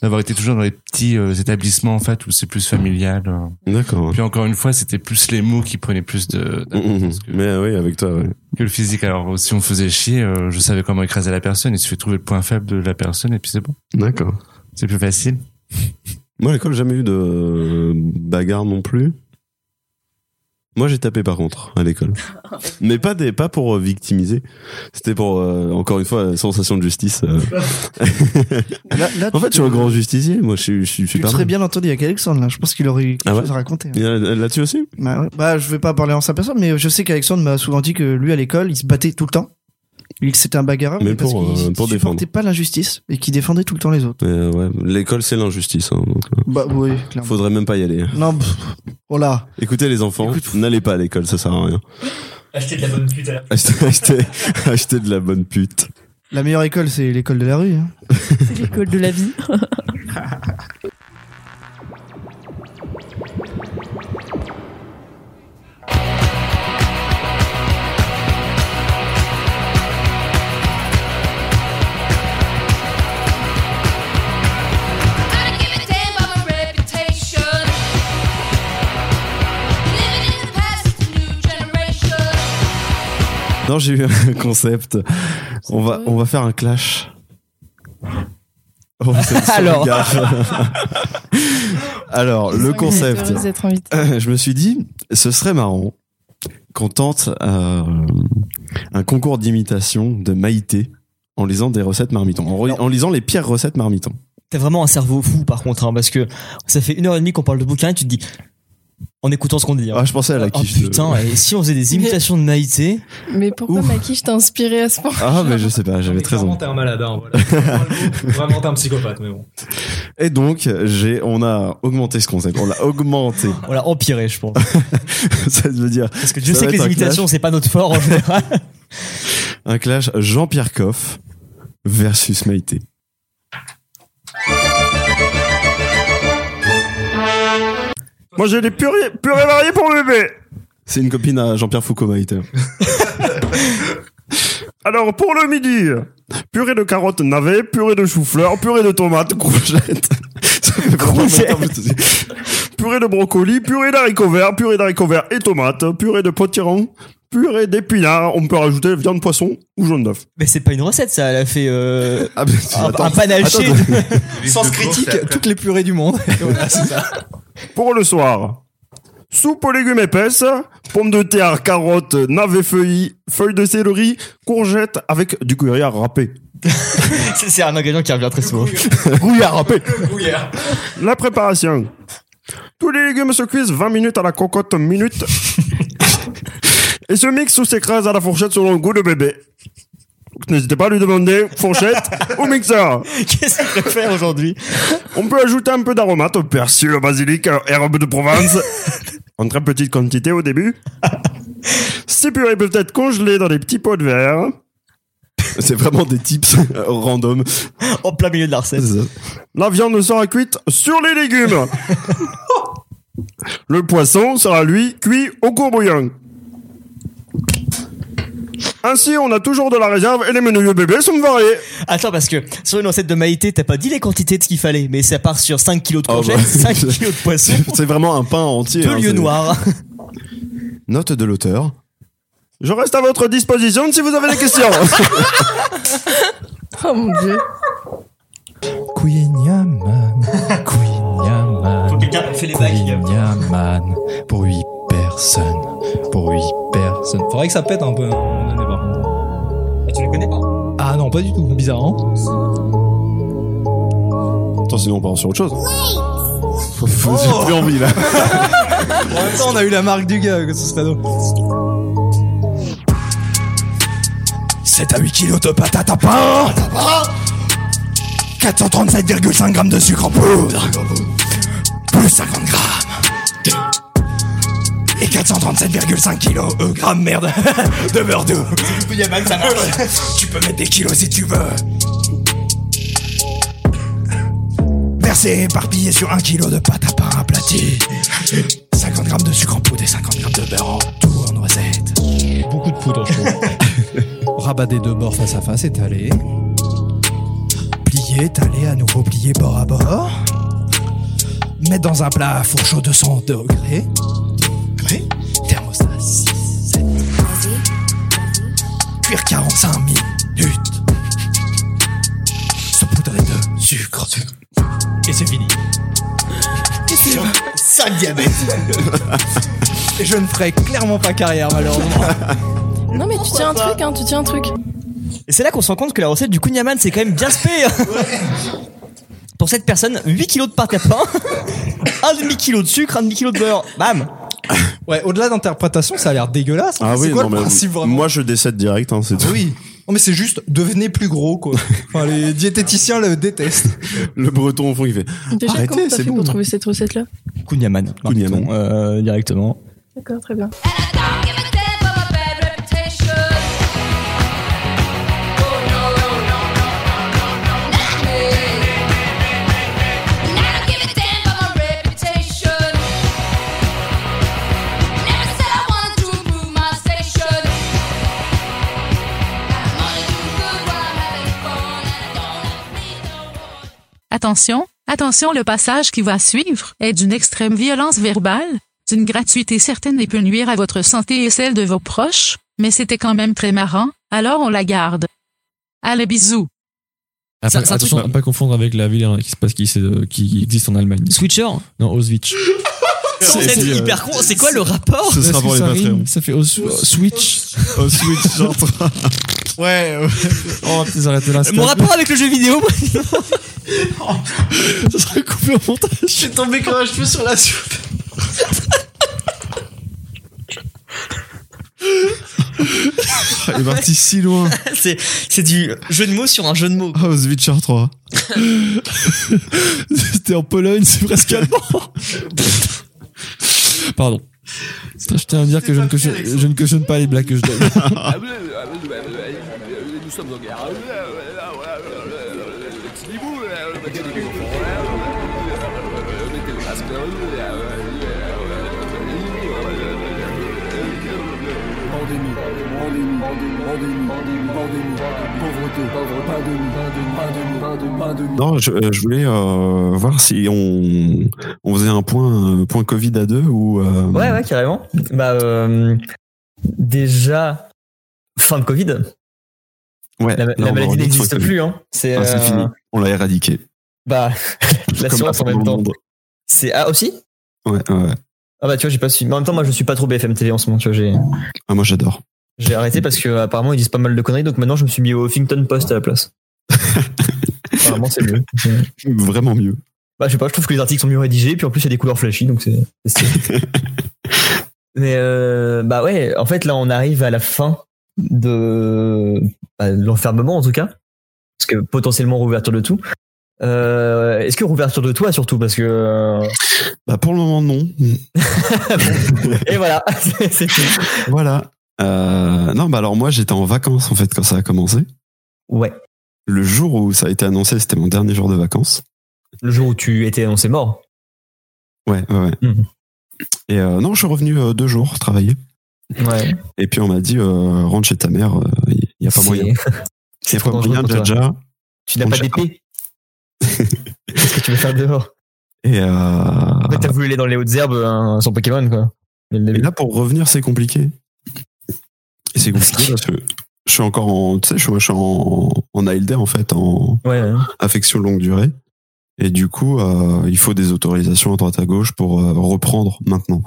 D'avoir été toujours dans les petits euh, établissements en fait où c'est plus familial. hein.
D'accord.
Puis encore une fois, c'était plus les mots qui prenaient plus de. d'importance que-
Mais euh, oui, avec toi, ouais.
Que le physique. Alors si on me faisait chier, euh, je savais comment écraser la personne. Il suffit de trouver le point faible de la personne et puis c'est bon.
D'accord.
C'est plus facile.
Moi, à l'école, jamais eu de euh, bagarre non plus. Moi, j'ai tapé par contre à l'école, mais pas des, pas pour euh, victimiser. C'était pour euh, encore une fois la sensation de justice. euh. en fait, je suis un grand justicier. Moi, je suis, je suis, je suis
Tu
pas
serais
mal.
bien entendu avec Alexandre là. Je pense qu'il aurait eu quelque
Ah ouais
chose à raconter. hein.
Et, euh, Là-dessus aussi.
Bah, ouais. Bah, je vais pas parler en sa personne, mais je sais qu'Alexandre m'a souvent dit que lui à l'école, il se battait tout le temps. Il c'était un bagarreur,
Mais
mais parce
pour,
qu'il
euh, pour défendre.
supportait pas l'injustice et qu'il défendait tout le temps les autres.
Euh, ouais, l'école, c'est l'injustice. Hein, donc, euh,
Bah oui, clairement.
faudrait même pas y aller.
Non, pff, oh là.
Écoutez les enfants, n'allez pas à l'école, ça sert à rien.
Acheter de la bonne pute à la
Achetez, achetez- achetez de la bonne pute.
La meilleure école, c'est l'école de la rue. hein.
C'est l'école de la vie.
Non, j'ai eu un concept. On va, on va faire un clash. Oh, c'est- c'est
Alors.
gaffe. Alors, le concept. Euh,
Vous êtes invité.
Je me suis dit, ce serait marrant qu'on tente euh, un concours d'imitation de Maïté en lisant des recettes marmiton, en, re- en lisant les pires recettes marmiton.
T'as vraiment un cerveau fou par contre, hein, parce que ça fait une heure et demie qu'on parle de bouquin et tu te dis, en écoutant ce qu'on dit.
Ah, je pensais à la
quiche. putain, et si on faisait des imitations de Maïté
Mais pourquoi Maki, je t'ai inspiré à ce point
Ah, mais je sais pas, j'avais très envie.
Vraiment, t'es un malade, hein, voilà. Vraiment, t'es un psychopathe, mais bon.
Et donc, j'ai, on a augmenté ce concept. On l'a augmenté.
On l'a empiré, je pense.
ça veut dire. Parce
que Dieu sait que les imitations, c'est pas notre fort en général.
Un clash Jean-Pierre Coff versus Maïté. Moi, j'ai des purées, purées variées pour bébé. C'est une copine à Jean-Pierre Foucault, Maïté. Alors, pour le midi, purée de carottes navet, purée de chou-fleur, purée de tomates, courgettes. Ça fait pas mal de temps, mais- purée de brocoli, purée d'haricots verts, purée d'haricots verts et tomates, purée de potiron, purée d'épinards. On peut rajouter viande poisson ou jaune d'œuf.
Mais c'est pas une recette, ça. Elle a fait euh, un,
Ah, attends,
un panaché.
attends,
de-
Sens critique,
toutes les purées du monde.
Pour le soir, soupe aux légumes épaisses, pommes de terre, carottes, navets feuillis, feuilles de céleri, courgettes avec du gruyère râpé.
C'est c'est un ingrédient qui revient très souvent.
gruyère râpé. La préparation. Tous les légumes se cuisent 20 minutes à la cocotte minute. Et se mixent ou s'écrasent à la fourchette selon le goût de bébé. Donc, N'hésitez pas à lui demander fourchette ou mixeur.
Qu'est-ce qu'il préfère aujourd'hui
On peut ajouter un peu d'aromate, persil, basilic, herbe de Provence, en très petite quantité au début. Ces purées peuvent être congelées dans des petits pots de verre. C'est vraiment des tips random.
En plein milieu de la recette.
La viande sera cuite sur les légumes. Le poisson sera, lui, cuit au courbouillon. Ainsi, on a toujours de la réserve et les menus de bébé sont variés.
Attends, parce que sur une recette de Maïté, t'as pas dit les quantités de ce qu'il fallait, mais ça part sur 5 kilos de
Ah
Oh,
courgettes,
bah.
5 kilos de poisson,
C'est vraiment un pain entier. hein,
hein,
deux lieux noirs.
Note de l'auteur. Je reste à votre disposition si vous avez des questions.
Oh mon dieu.
Queen Yaman, Queen Yaman.
Quelqu'un fait les bagues, les gars.
Yaman, pour 8 personnes, pour 8 personnes.
Faudrait que ça pète un peu, hein, à un moment donné, par contre.
Et tu les connais pas
Ah non, pas du tout, bizarre, hein
Attends, sinon on part sur autre chose. J'ai plus envie là.
En même temps, on a eu la marque du gars, que ce serait drôle.
7 à 8 kilos de patates à pain 437,5 grammes de sucre en poudre Plus 50 grammes Et 437,5 kilos, euh, grammes merde, de beurre doux ça Tu peux mettre des kilos si tu veux Versé et éparpillé sur 1 kilo de pâte à pain aplatie 50 grammes de sucre en poudre et 50 grammes de beurre en tout en noisette Beaucoup de poudre je trouve
Rabat des deux bords face à face, étalé.
plier, taler, à nouveau plier bord à bord. Mettre dans un plat à four chaud de 100 degrés. Oui. Thermostat 6, 7. Cuire 45 minutes. Saupoudrer de sucre. Et c'est fini.
Et suivant.
5 diabètes.
Je ne ferai clairement pas carrière, malheureusement.
Non, mais tu tiens un truc, hein, tu tiens un truc.
Et c'est là qu'on se rend compte que la recette du kunyaman, c'est quand même bien spé.
hein.
Pour cette personne, 8 kilos de pâte à pain, un demi kilo de sucre, un demi kilo de beurre. Bam.
Ouais, au-delà d'interprétation, ça a l'air dégueulasse. hein.
Ah
c'est
oui,
quoi
non,
le
mais
principe vraiment Ah
moi je décède direct, hein, c'est tout.
Oui. Non, mais c'est juste, devenez plus gros, quoi. Enfin, les diététiciens le détestent.
Le breton au fond qui fait.
Déjà, comment
Arrêtez,
t'as
c'est
fait
bon.
pour trouver cette recette-là
Kunyaman.
Kunyaman.
Euh, directement.
D'accord, très bien.
Oh,
Attention, attention, le passage qui va suivre est d'une extrême violence verbale, d'une gratuité certaine et peut nuire à votre santé et celle de vos proches, mais c'était quand même très marrant, alors on la garde. Allez, bisous.
Après,
C'est un
attention
truc-
à Ah, pas confondre avec la ville hein, qui se passe qui, c'est, euh, qui existe en Allemagne.
Switcher
Non, Auschwitz.
C'est
C'est, euh,
hyper con. C'est quoi le
Oh,
rapport
Parce que ça rime, Ça fait Aus- Switch.
Oh,
Switch, genre. Ouais. ouais. Oh, t'es arrêté là.
Mon rapport avec le jeu vidéo.
Ça serait coupé au montage. Je
suis tombé comme un cheveu sur la soupe.
Il est parti si loin. c'est, c'est du jeu de mots sur un jeu de mots.
Switcher 3. C'était en Pologne, c'est presque allemand. Pardon. Putain, Je tiens à dire que je ne, cautionne, je ne cautionne pas les blagues que je donne.
Nous sommes en guerre.
Pandémie, pandémie, pandémie, pandémie, pandémie, pauvreté, pauvre, pandémie, pandémie, pandémie, pandémie.
Non, je, euh, je voulais euh, voir si on, on faisait un point, euh, point Covid à deux ou. euh,
Ouais, ouais, carrément. Bah, euh, déjà, fin de Covid.
ouais,
La,
là,
la
on
maladie
revient sur
n'existe
Covid.
plus. Hein. C'est
Ah, c'est
euh,
fini, on l'a éradiqué.
Bah, l'assurance en
partout
même
dans
temps.
le monde.
C'est ah aussi.
Ouais, ouais, ouais.
Ah bah tu vois, j'ai pas su. mais En même temps, moi, je suis pas trop BFM TV en ce moment. Tu vois, j'ai
Ah, moi j'adore.
j'ai arrêté parce que apparemment ils disent pas mal de conneries. Donc maintenant, je me suis mis au Huffington Post à la place. apparemment, c'est mieux.
Vraiment mieux.
Bah, je sais pas. Je trouve que les articles sont mieux rédigés. Puis en plus, il y a des couleurs flashy, donc c'est. c'est stylé. Mais euh, bah ouais. En fait, là, on arrive à la fin de bah, de l'enfermement en tout cas, parce que potentiellement rouverture de tout. Euh, Est-ce que rouverture de toi surtout parce que euh,
Bah, pour le moment, non.
Et voilà, c'est tout.
Voilà. Euh, non, bah alors moi j'étais en vacances en fait quand ça a commencé.
Ouais.
Le jour où ça a été annoncé, c'était mon dernier jour de vacances.
Le jour où tu étais annoncé mort.
Ouais, ouais, ouais.
Mhm.
Et euh, non, je suis revenu euh, deux jours travailler.
Ouais.
Et puis on m'a dit euh, rentre chez ta mère, il n'y a pas
C'est-
moyen. Il
c'est
n'y a
trop
pas
dangereux
moyen,
pour toi.
Jaja.
Tu n'as pas
Rentre chez toi.
d'épée. Qu'est-ce que tu veux faire dehors
Et euh,
En fait, t'as voulu aller dans les hautes herbes hein, sans Pokémon quoi.
Et là, pour revenir, c'est compliqué. Et c'est compliqué parce que je suis encore en, tu sais, je suis- je suis en, en ALD en fait, en affection longue durée. Et du coup, euh, il faut des autorisations à droite à gauche pour euh, reprendre maintenant.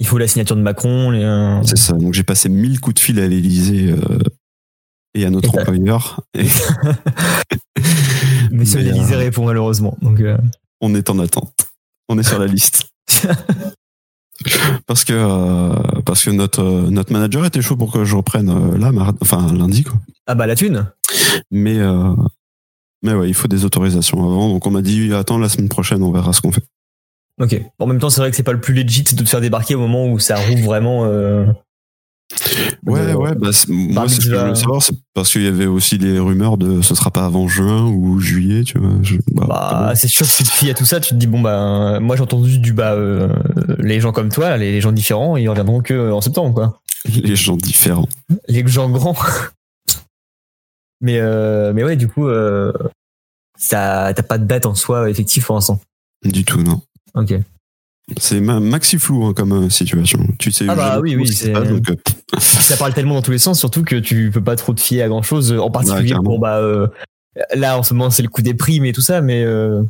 Il faut la signature de Macron. Les, euh,
C'est ça. Donc j'ai passé 1000 coups de fil à l'Élysée euh, et à notre employeur. Et
Mais seul
Mais,
l'Élysée
euh,
répond malheureusement. Donc, euh,
on est en attente. on est sur la liste. parce que euh, parce que notre euh, notre manager était chaud pour que je reprenne euh, là mard- enfin lundi quoi.
Ah bah la thune.
Mais euh, mais ouais, il faut des autorisations avant donc on m'a dit attends la semaine prochaine on verra ce qu'on fait.
Ok. En même temps, c'est vrai que c'est pas le plus legit de te faire débarquer au moment où ça rouvre vraiment. euh,
Ouais, ouais, bah, c'est- moi, c'est ce que je voulais savoir, c'est parce qu'il y avait aussi des rumeurs de ce sera pas avant juin ou juillet, tu vois. je- bah,
Bah, c'est sûr que si tu te fies à tout ça, tu te dis bon bah euh, moi j'ai entendu du bah euh, les gens comme toi, les, les gens différents, ils reviendront que euh, en septembre quoi.
Les gens différents.
Les gens grands. mais euh, mais ouais du coup euh, ça t'as pas de date en soi effective pour l'instant.
Du tout, non.
Ok.
C'est ma- maxi flou hein, comme euh, situation. Tu sais
Ah bah
jamais
oui,
trop
oui,
ce qui se
c'est-
passe, donc, euh,
ça parle tellement dans tous les sens, surtout que tu peux pas trop te fier à grand chose, en
Ouais,
particulier
clairement.
pour bah euh, là en ce moment c'est le coup des primes et tout ça, mais euh,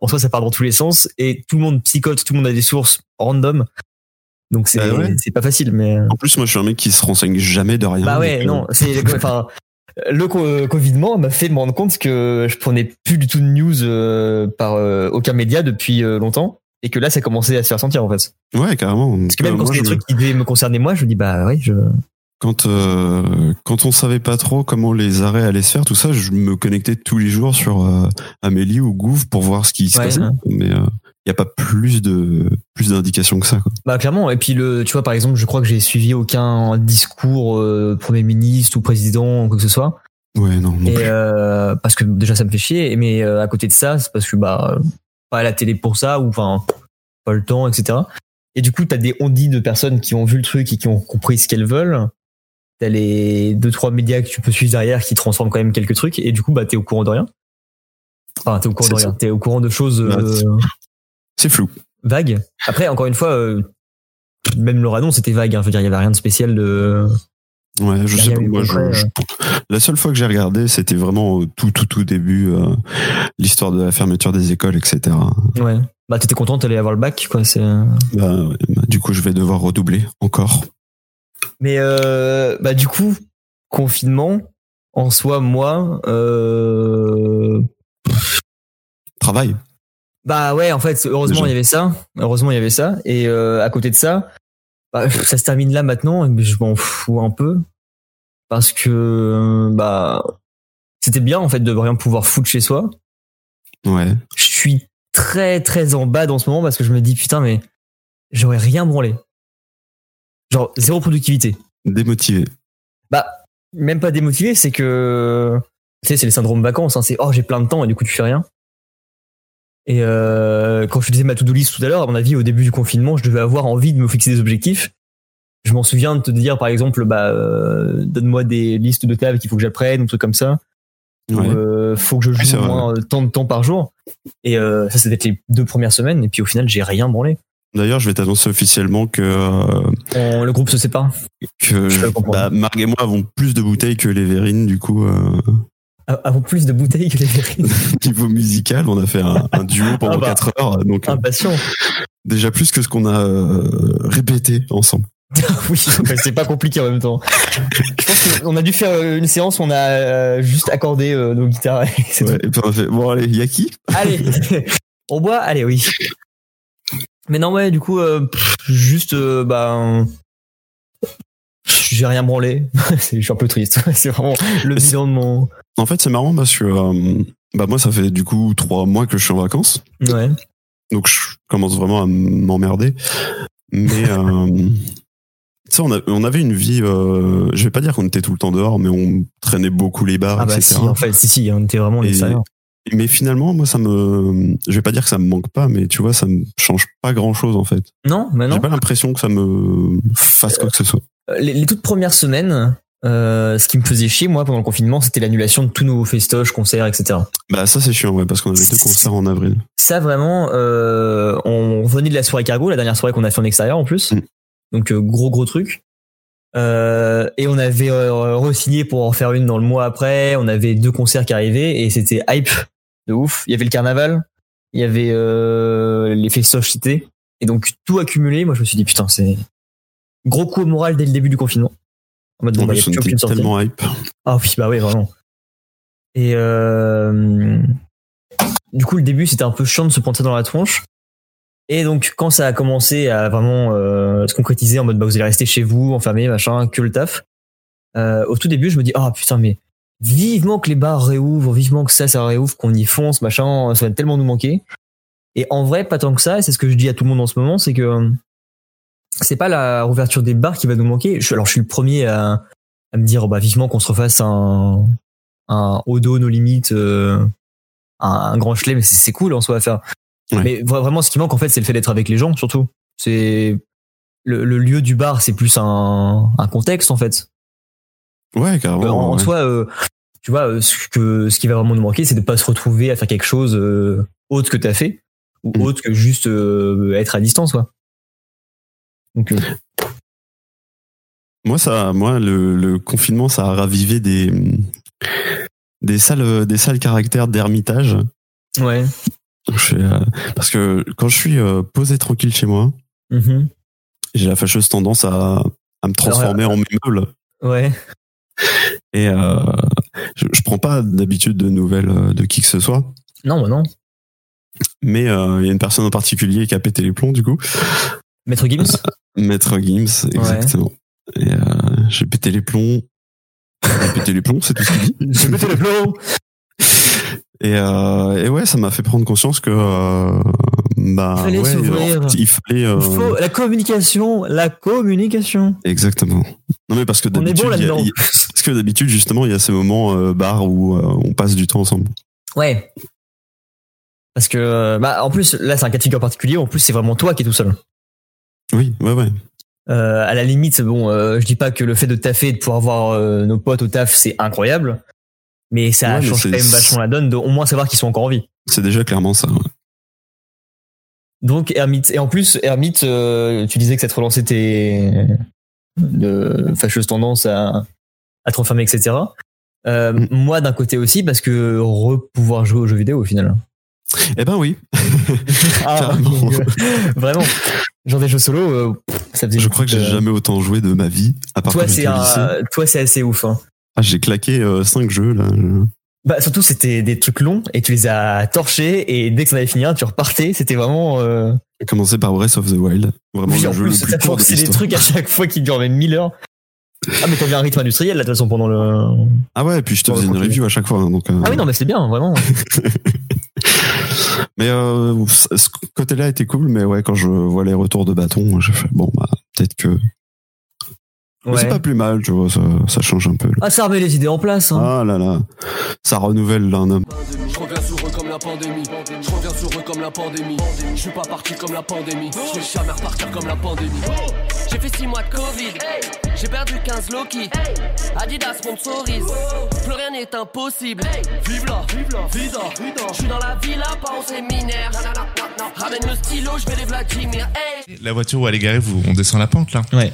en soi ça part dans tous les sens et tout le monde psychote, tout le monde a des sources random, donc c'est
Bah ouais.
c'est pas facile. Mais euh,
En plus, moi, je suis un mec qui se renseigne jamais de rien.
bah ouais
donc, euh,
non c'est enfin le co- euh, confinement m'a fait me rendre compte que je prenais plus du tout de news euh, par euh, aucun média depuis euh, longtemps et que là ça commençait à se faire sentir en fait.
euh, Ouais, carrément.
Parce que même
Bah,
quand
moi,
c'est des
je-
trucs qui devaient me concerner moi, je me dis bah oui je
Quand euh, quand on savait pas trop comment les arrêts allaient se faire, tout ça, je me connectais tous les jours sur euh, Amélie ou Gouv pour voir ce qui se
Ouais, hein.
passait.
ouais.
Mais il n'y a pas plus de plus d'indications que ça. Quoi.
Bah clairement. Et puis le, tu vois par exemple, je crois que j'ai suivi aucun discours euh, premier ministre ou président ou quoi que ce soit.
Ouais non.
Et, euh, parce que déjà ça me fait chier. Mais euh, à côté de ça, c'est parce que bah euh, pas à la télé pour ça ou enfin pas le temps, etc. Et du coup, t'as des ondits de personnes qui ont vu le truc et qui ont compris ce qu'elles veulent. T'as les deux trois médias que tu peux suivre derrière qui transforment quand même quelques trucs. Et du coup, bah t'es au courant de rien. Enfin, t'es au courant de
C'est
rien.
ça.
T'es au courant de choses.
Bah,
euh,
C'est flou.
Vague. Après, encore une fois, euh, même leur annonce était vague. hein. Je veux dire, il y avait rien de spécial de.
Ouais, je
Derrière
sais pas.
les
Moi, je-
congrès,
je- la seule fois que j'ai regardé, c'était vraiment au tout, tout, tout début, euh, l'histoire de la fermeture des écoles, etc.
Ouais. Bah, t'étais content, t'allais avoir le bac, quoi. C'est.
Bah, ouais, bah, du coup, je vais devoir redoubler encore.
Mais euh, bah du coup, confinement, en soi, moi, euh...
travail.
Bah ouais, en fait, heureusement
Déjà.
il y avait ça. Heureusement il y avait ça. Et euh, à côté de ça, bah, ça se termine là maintenant. Mais je m'en fous un peu parce que euh, bah c'était bien en fait de rien pouvoir foutre chez soi.
Ouais.
Je suis très très en bas dans ce moment parce que je me dis putain mais j'aurais rien branlé. Genre zéro productivité.
Démotivé.
Bah, même pas démotivé, c'est que. Tu sais, c'est le syndrome vacances, hein, c'est oh, j'ai plein de temps et du coup, tu fais rien. Et euh, quand je faisais ma to-do list tout à l'heure, à mon avis, au début du confinement, je devais avoir envie de me fixer des objectifs. Je m'en souviens de te dire, par exemple, bah, euh, donne-moi des listes de table qu'il faut que j'apprenne, ou des trucs comme ça. Ou,
Ouais.
euh, faut que je
c'est
joue au
vrai.
moins euh, tant de temps par jour. Et euh, ça, c'était les deux premières semaines. Et puis au final, j'ai rien branlé.
D'ailleurs, je vais t'annoncer officiellement que, euh,
On- le groupe se sépare.
que bah, Marc et moi avons plus de bouteilles que les Vérines, du coup, euh,
A- Avons plus de bouteilles que les verrines.
niveau musical, on a fait un, un duo pendant
Ah bah.
4 heures. Donc, euh,
Impatient.
déjà plus que ce qu'on a euh, répété ensemble.
oui, mais c'est pas compliqué en même temps. Je pense qu'on a dû faire euh, une séance, on a euh, juste accordé euh, nos guitares. et c'est
Ouais, et bah, puis on a fait, bon, allez, y a qui
tout. Allez, on boit, allez, oui. Mais non, ouais, du coup, euh, pff, juste, euh, bah, euh, j'ai rien branlé. C'est- Je suis un peu triste. C'est vraiment le bilan de mon.
En fait, c'est marrant parce que euh, bah moi, ça fait du coup trois mois que je suis en vacances.
Ouais.
Donc, je commence vraiment à m'emmerder. Mais euh, ça, on, a- on avait une vie. euh, je vais pas dire qu'on était tout le temps dehors, mais on traînait beaucoup les bars,
Ah bah
etc.
si, en fait, si, si, on était vraiment
Et-
les salaires.
mais finalement, moi, ça me. Je vais pas dire que ça me manque pas, mais tu vois, ça me change pas grand chose en fait.
Non, mais Ah non. Euh,
J'ai pas l'impression que ça me fasse quoi que ce soit.
les, les toutes premières semaines, euh, ce qui me faisait chier, moi, pendant le confinement, c'était l'annulation de tous nos festoches, concerts, etc.
Bah, ça, c'est chiant, ouais, parce qu'on avait deux concerts en avril.
Ça vraiment, euh, on venait de la soirée cargo, la dernière soirée qu'on a fait en extérieur en plus.
Mm.
Donc euh, gros gros truc. Euh, et on avait euh, re-signé pour en faire une dans le mois après. On avait deux concerts qui arrivaient et c'était hype de ouf. Il y avait le carnaval, il y avait euh, les festoches cités. Et donc tout accumulé, moi je me suis dit putain c'est gros coup au moral dès le début du confinement. En mode, bon,
En
bah, y a
plus,
plus
on
aucune
était
sortie.
tellement hype.
Ah oui, bah oui, vraiment. Et euh, du coup, le début, c'était un peu chiant de se prendre ça dans la tronche. Et donc, quand ça a commencé à vraiment euh, se concrétiser en mode bah, vous allez rester chez vous, enfermé, machin, que le taf, euh, au tout début, je me dis ah putain, mais vivement que les bars réouvrent, vivement que ça, ça réouvre, qu'on y fonce, machin, ça va tellement nous manquer. Et en vrai, pas tant que ça, et c'est ce que je dis à tout le monde en ce moment, c'est que euh, c'est pas la rouverture des bars qui va nous manquer. Je, alors, je suis le premier à, à me dire oh, bah, vivement qu'on se refasse un, un Odo, nos limites, euh, un, un grand chelem, mais c'est c'est cool en soi à faire. Mais vra- vraiment, ce qui manque, en fait, c'est le fait d'être avec les gens, surtout. C'est le, le lieu du bar, c'est plus un, un contexte, en fait.
Ouais,
en en
carrément. Oh, ouais.
soi, euh, tu vois, euh, ce, que, ce qui va vraiment nous manquer, c'est de pas se retrouver à faire quelque chose euh, autre que t'as fait, ou
Mm.
autre que juste euh, être à distance, quoi. Donc, euh,
Moi, ça, moi, le, le confinement, ça a ravivé des des salles, des salles caractères d'ermitage.
ouais.
Je fais, euh, parce que quand je suis euh, posé tranquille chez moi,
Mhm.
j'ai la fâcheuse tendance à, à me
euh,
transformer en meuble.
Ouais.
Et euh, je, je prends pas d'habitude de nouvelles euh, de qui que ce soit.
Non, bah non.
Mais euh, il y a une personne en particulier qui a pété les plombs, du coup.
Maître Gims
Maître Gims, exactement. Et euh, j'ai pété les plombs. J'ai pété les plombs, c'est tout ce qu'il dit.
J'ai pété les plombs
Et, euh, et ouais, ça m'a fait prendre conscience que euh, bah
Fallait
ouais,
s'ouvrir.
en fait, il fallait euh,
il faut la communication, la communication.
exactement. Non mais parce que
On est bon
d'habitude, il y a-
là-dedans.
il y a- parce que d'habitude justement, il y a ces moments euh, bar où euh, on passe du temps ensemble.
Ouais. Parce que, euh, bah, en plus, là, c'est un cas de figure particulier. En plus, c'est vraiment toi qui es tout seul.
Oui, ouais, ouais.
Euh, à la limite, bon, euh, je dis pas que le fait de taffer et de pouvoir voir euh, nos potes au taf, c'est incroyable. Mais ça
Ouais, mais
change
c'est-
quand même vachement la donne de au moins savoir qu'ils sont encore en vie.
C'est déjà clairement ça. hein. ouais.
Donc, Hermite. Et en plus, Hermite, euh, tu disais que ça te relançait tes de fâcheuses tendances à, à te renfermer, etc. Euh,
Mm.
Moi, d'un côté aussi, parce que repouvoir jouer aux jeux vidéo au final.
Eh ben oui.
Ah, vraiment. Genre des jeux solo, euh, ça faisait.
Je crois que j'ai jamais autant joué de ma vie à part
Euh, Toi,
quand
c'est
j'étais au lycée.
un- euh, toi, c'est assez ouf. hein.
Ah, j'ai claqué 5 jeux là. je-
Bah, surtout, c'était des trucs longs et tu les as torchés et dès que t'en avais fini un, tu repartais. C'était vraiment. euh,
J'ai commencé par Breath of the Wild. Vraiment
oui,
le
en
jeu
plus,
le plus
sachant
court
que
de
c'est des
l'histoire.
trucs à chaque fois qui durent même 1000 heures. Ah, mais t'avais un rythme industriel là, de toute façon, pendant le.
Ah ouais, et puis je te faisais une review à chaque fois. hein, donc, euh,
Ah oui, non, mais c'est bien, vraiment.
Mais euh, ce ce côté-là était cool, mais ouais, quand je vois les retours de bâton, je fais bon, bah, peut-être que. Mais C'est
Ouais.
pas plus mal, tu vois, ça, ça change un peu. là.
Ah, ça remet les idées en place. Hein.
Ah là là, ça renouvelle d'un homme.
Je reviens sur eux comme la pandémie. Je reviens sur eux comme la pandémie. Je suis pas parti comme la pandémie. Je vais jamais repartir comme la pandémie. J'ai fait 6 mois de Covid. J'ai perdu 15 Loki. Adidas sponsorise. Plus rien n'est impossible. Vive la, vive la, vida. Je suis dans la villa, pas en séminaire. Ramène le stylo, je vais les Vladimir. Hey.
La voiture où elle est garée, vous- on descend la pente là.
Ouais.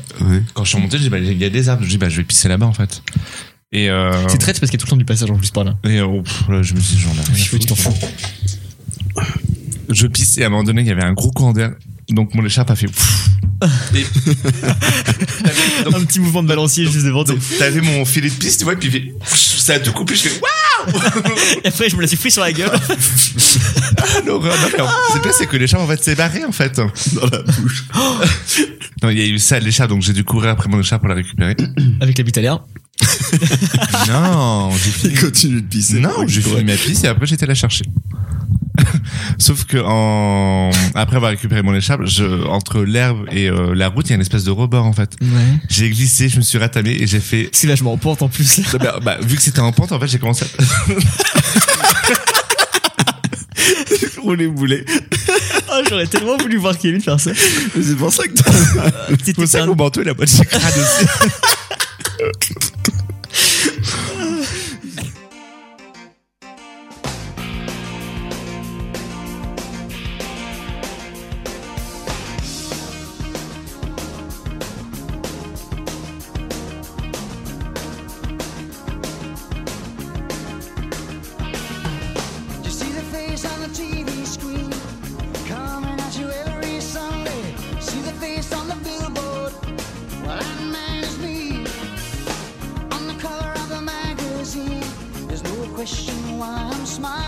Quand je suis remonté, j'ai dit, bah, il y a des arbres. Je dis bah je vais pisser là-bas en fait. Et euh,
C'est traite parce qu'il y a tout le temps du passage en plus par là.
Et oh, pff, là, je me suis dit, j'en ai rien. à foutre. Je pisse et à un moment donné, il y avait un gros courant d'air. Donc mon écharpe a fait. pfff. Et- T'avais- donc-
Un petit mouvement de balancier juste devant toi.
T'avais mon filet de piste, tu vois, et puis il fait- pfff, ça a tout coupé. Je fais waouh
Et après, je me la suis pris sur la gueule.
Ah, l'horreur. Non, mais en- C'est bien, c'est que l'écharpe en fait s'est barrée en fait. Dans la bouche. non, il y a eu ça, l'écharpe, donc j'ai dû courir après mon écharpe pour la récupérer.
Avec la bite à l'air.
Non, j'ai fini.
continue de pisser.
Non, j'ai fini ma pisse et après j'étais la chercher. Sauf que en... après avoir récupéré mon écharpe, je... entre l'herbe et euh, la route, il y a une espèce de rebord en fait.
Ouais.
J'ai glissé, je me suis ratamé et j'ai fait.
C'est vachement en pente en plus.
Bah, bah, vu que c'était en pente, en fait, j'ai commencé. à- Rouler boulet.
Ah, j'aurais tellement voulu voir Kevin faire ça.
C'est pour ça que
t'es pour ça
que mon manteau il a pas de crade aussi.
You see the face on the TV screen coming at you every Sunday. See the face on the billboard. Well, that man is me. On the cover of the magazine, there's no question why I'm smiling.
Oh,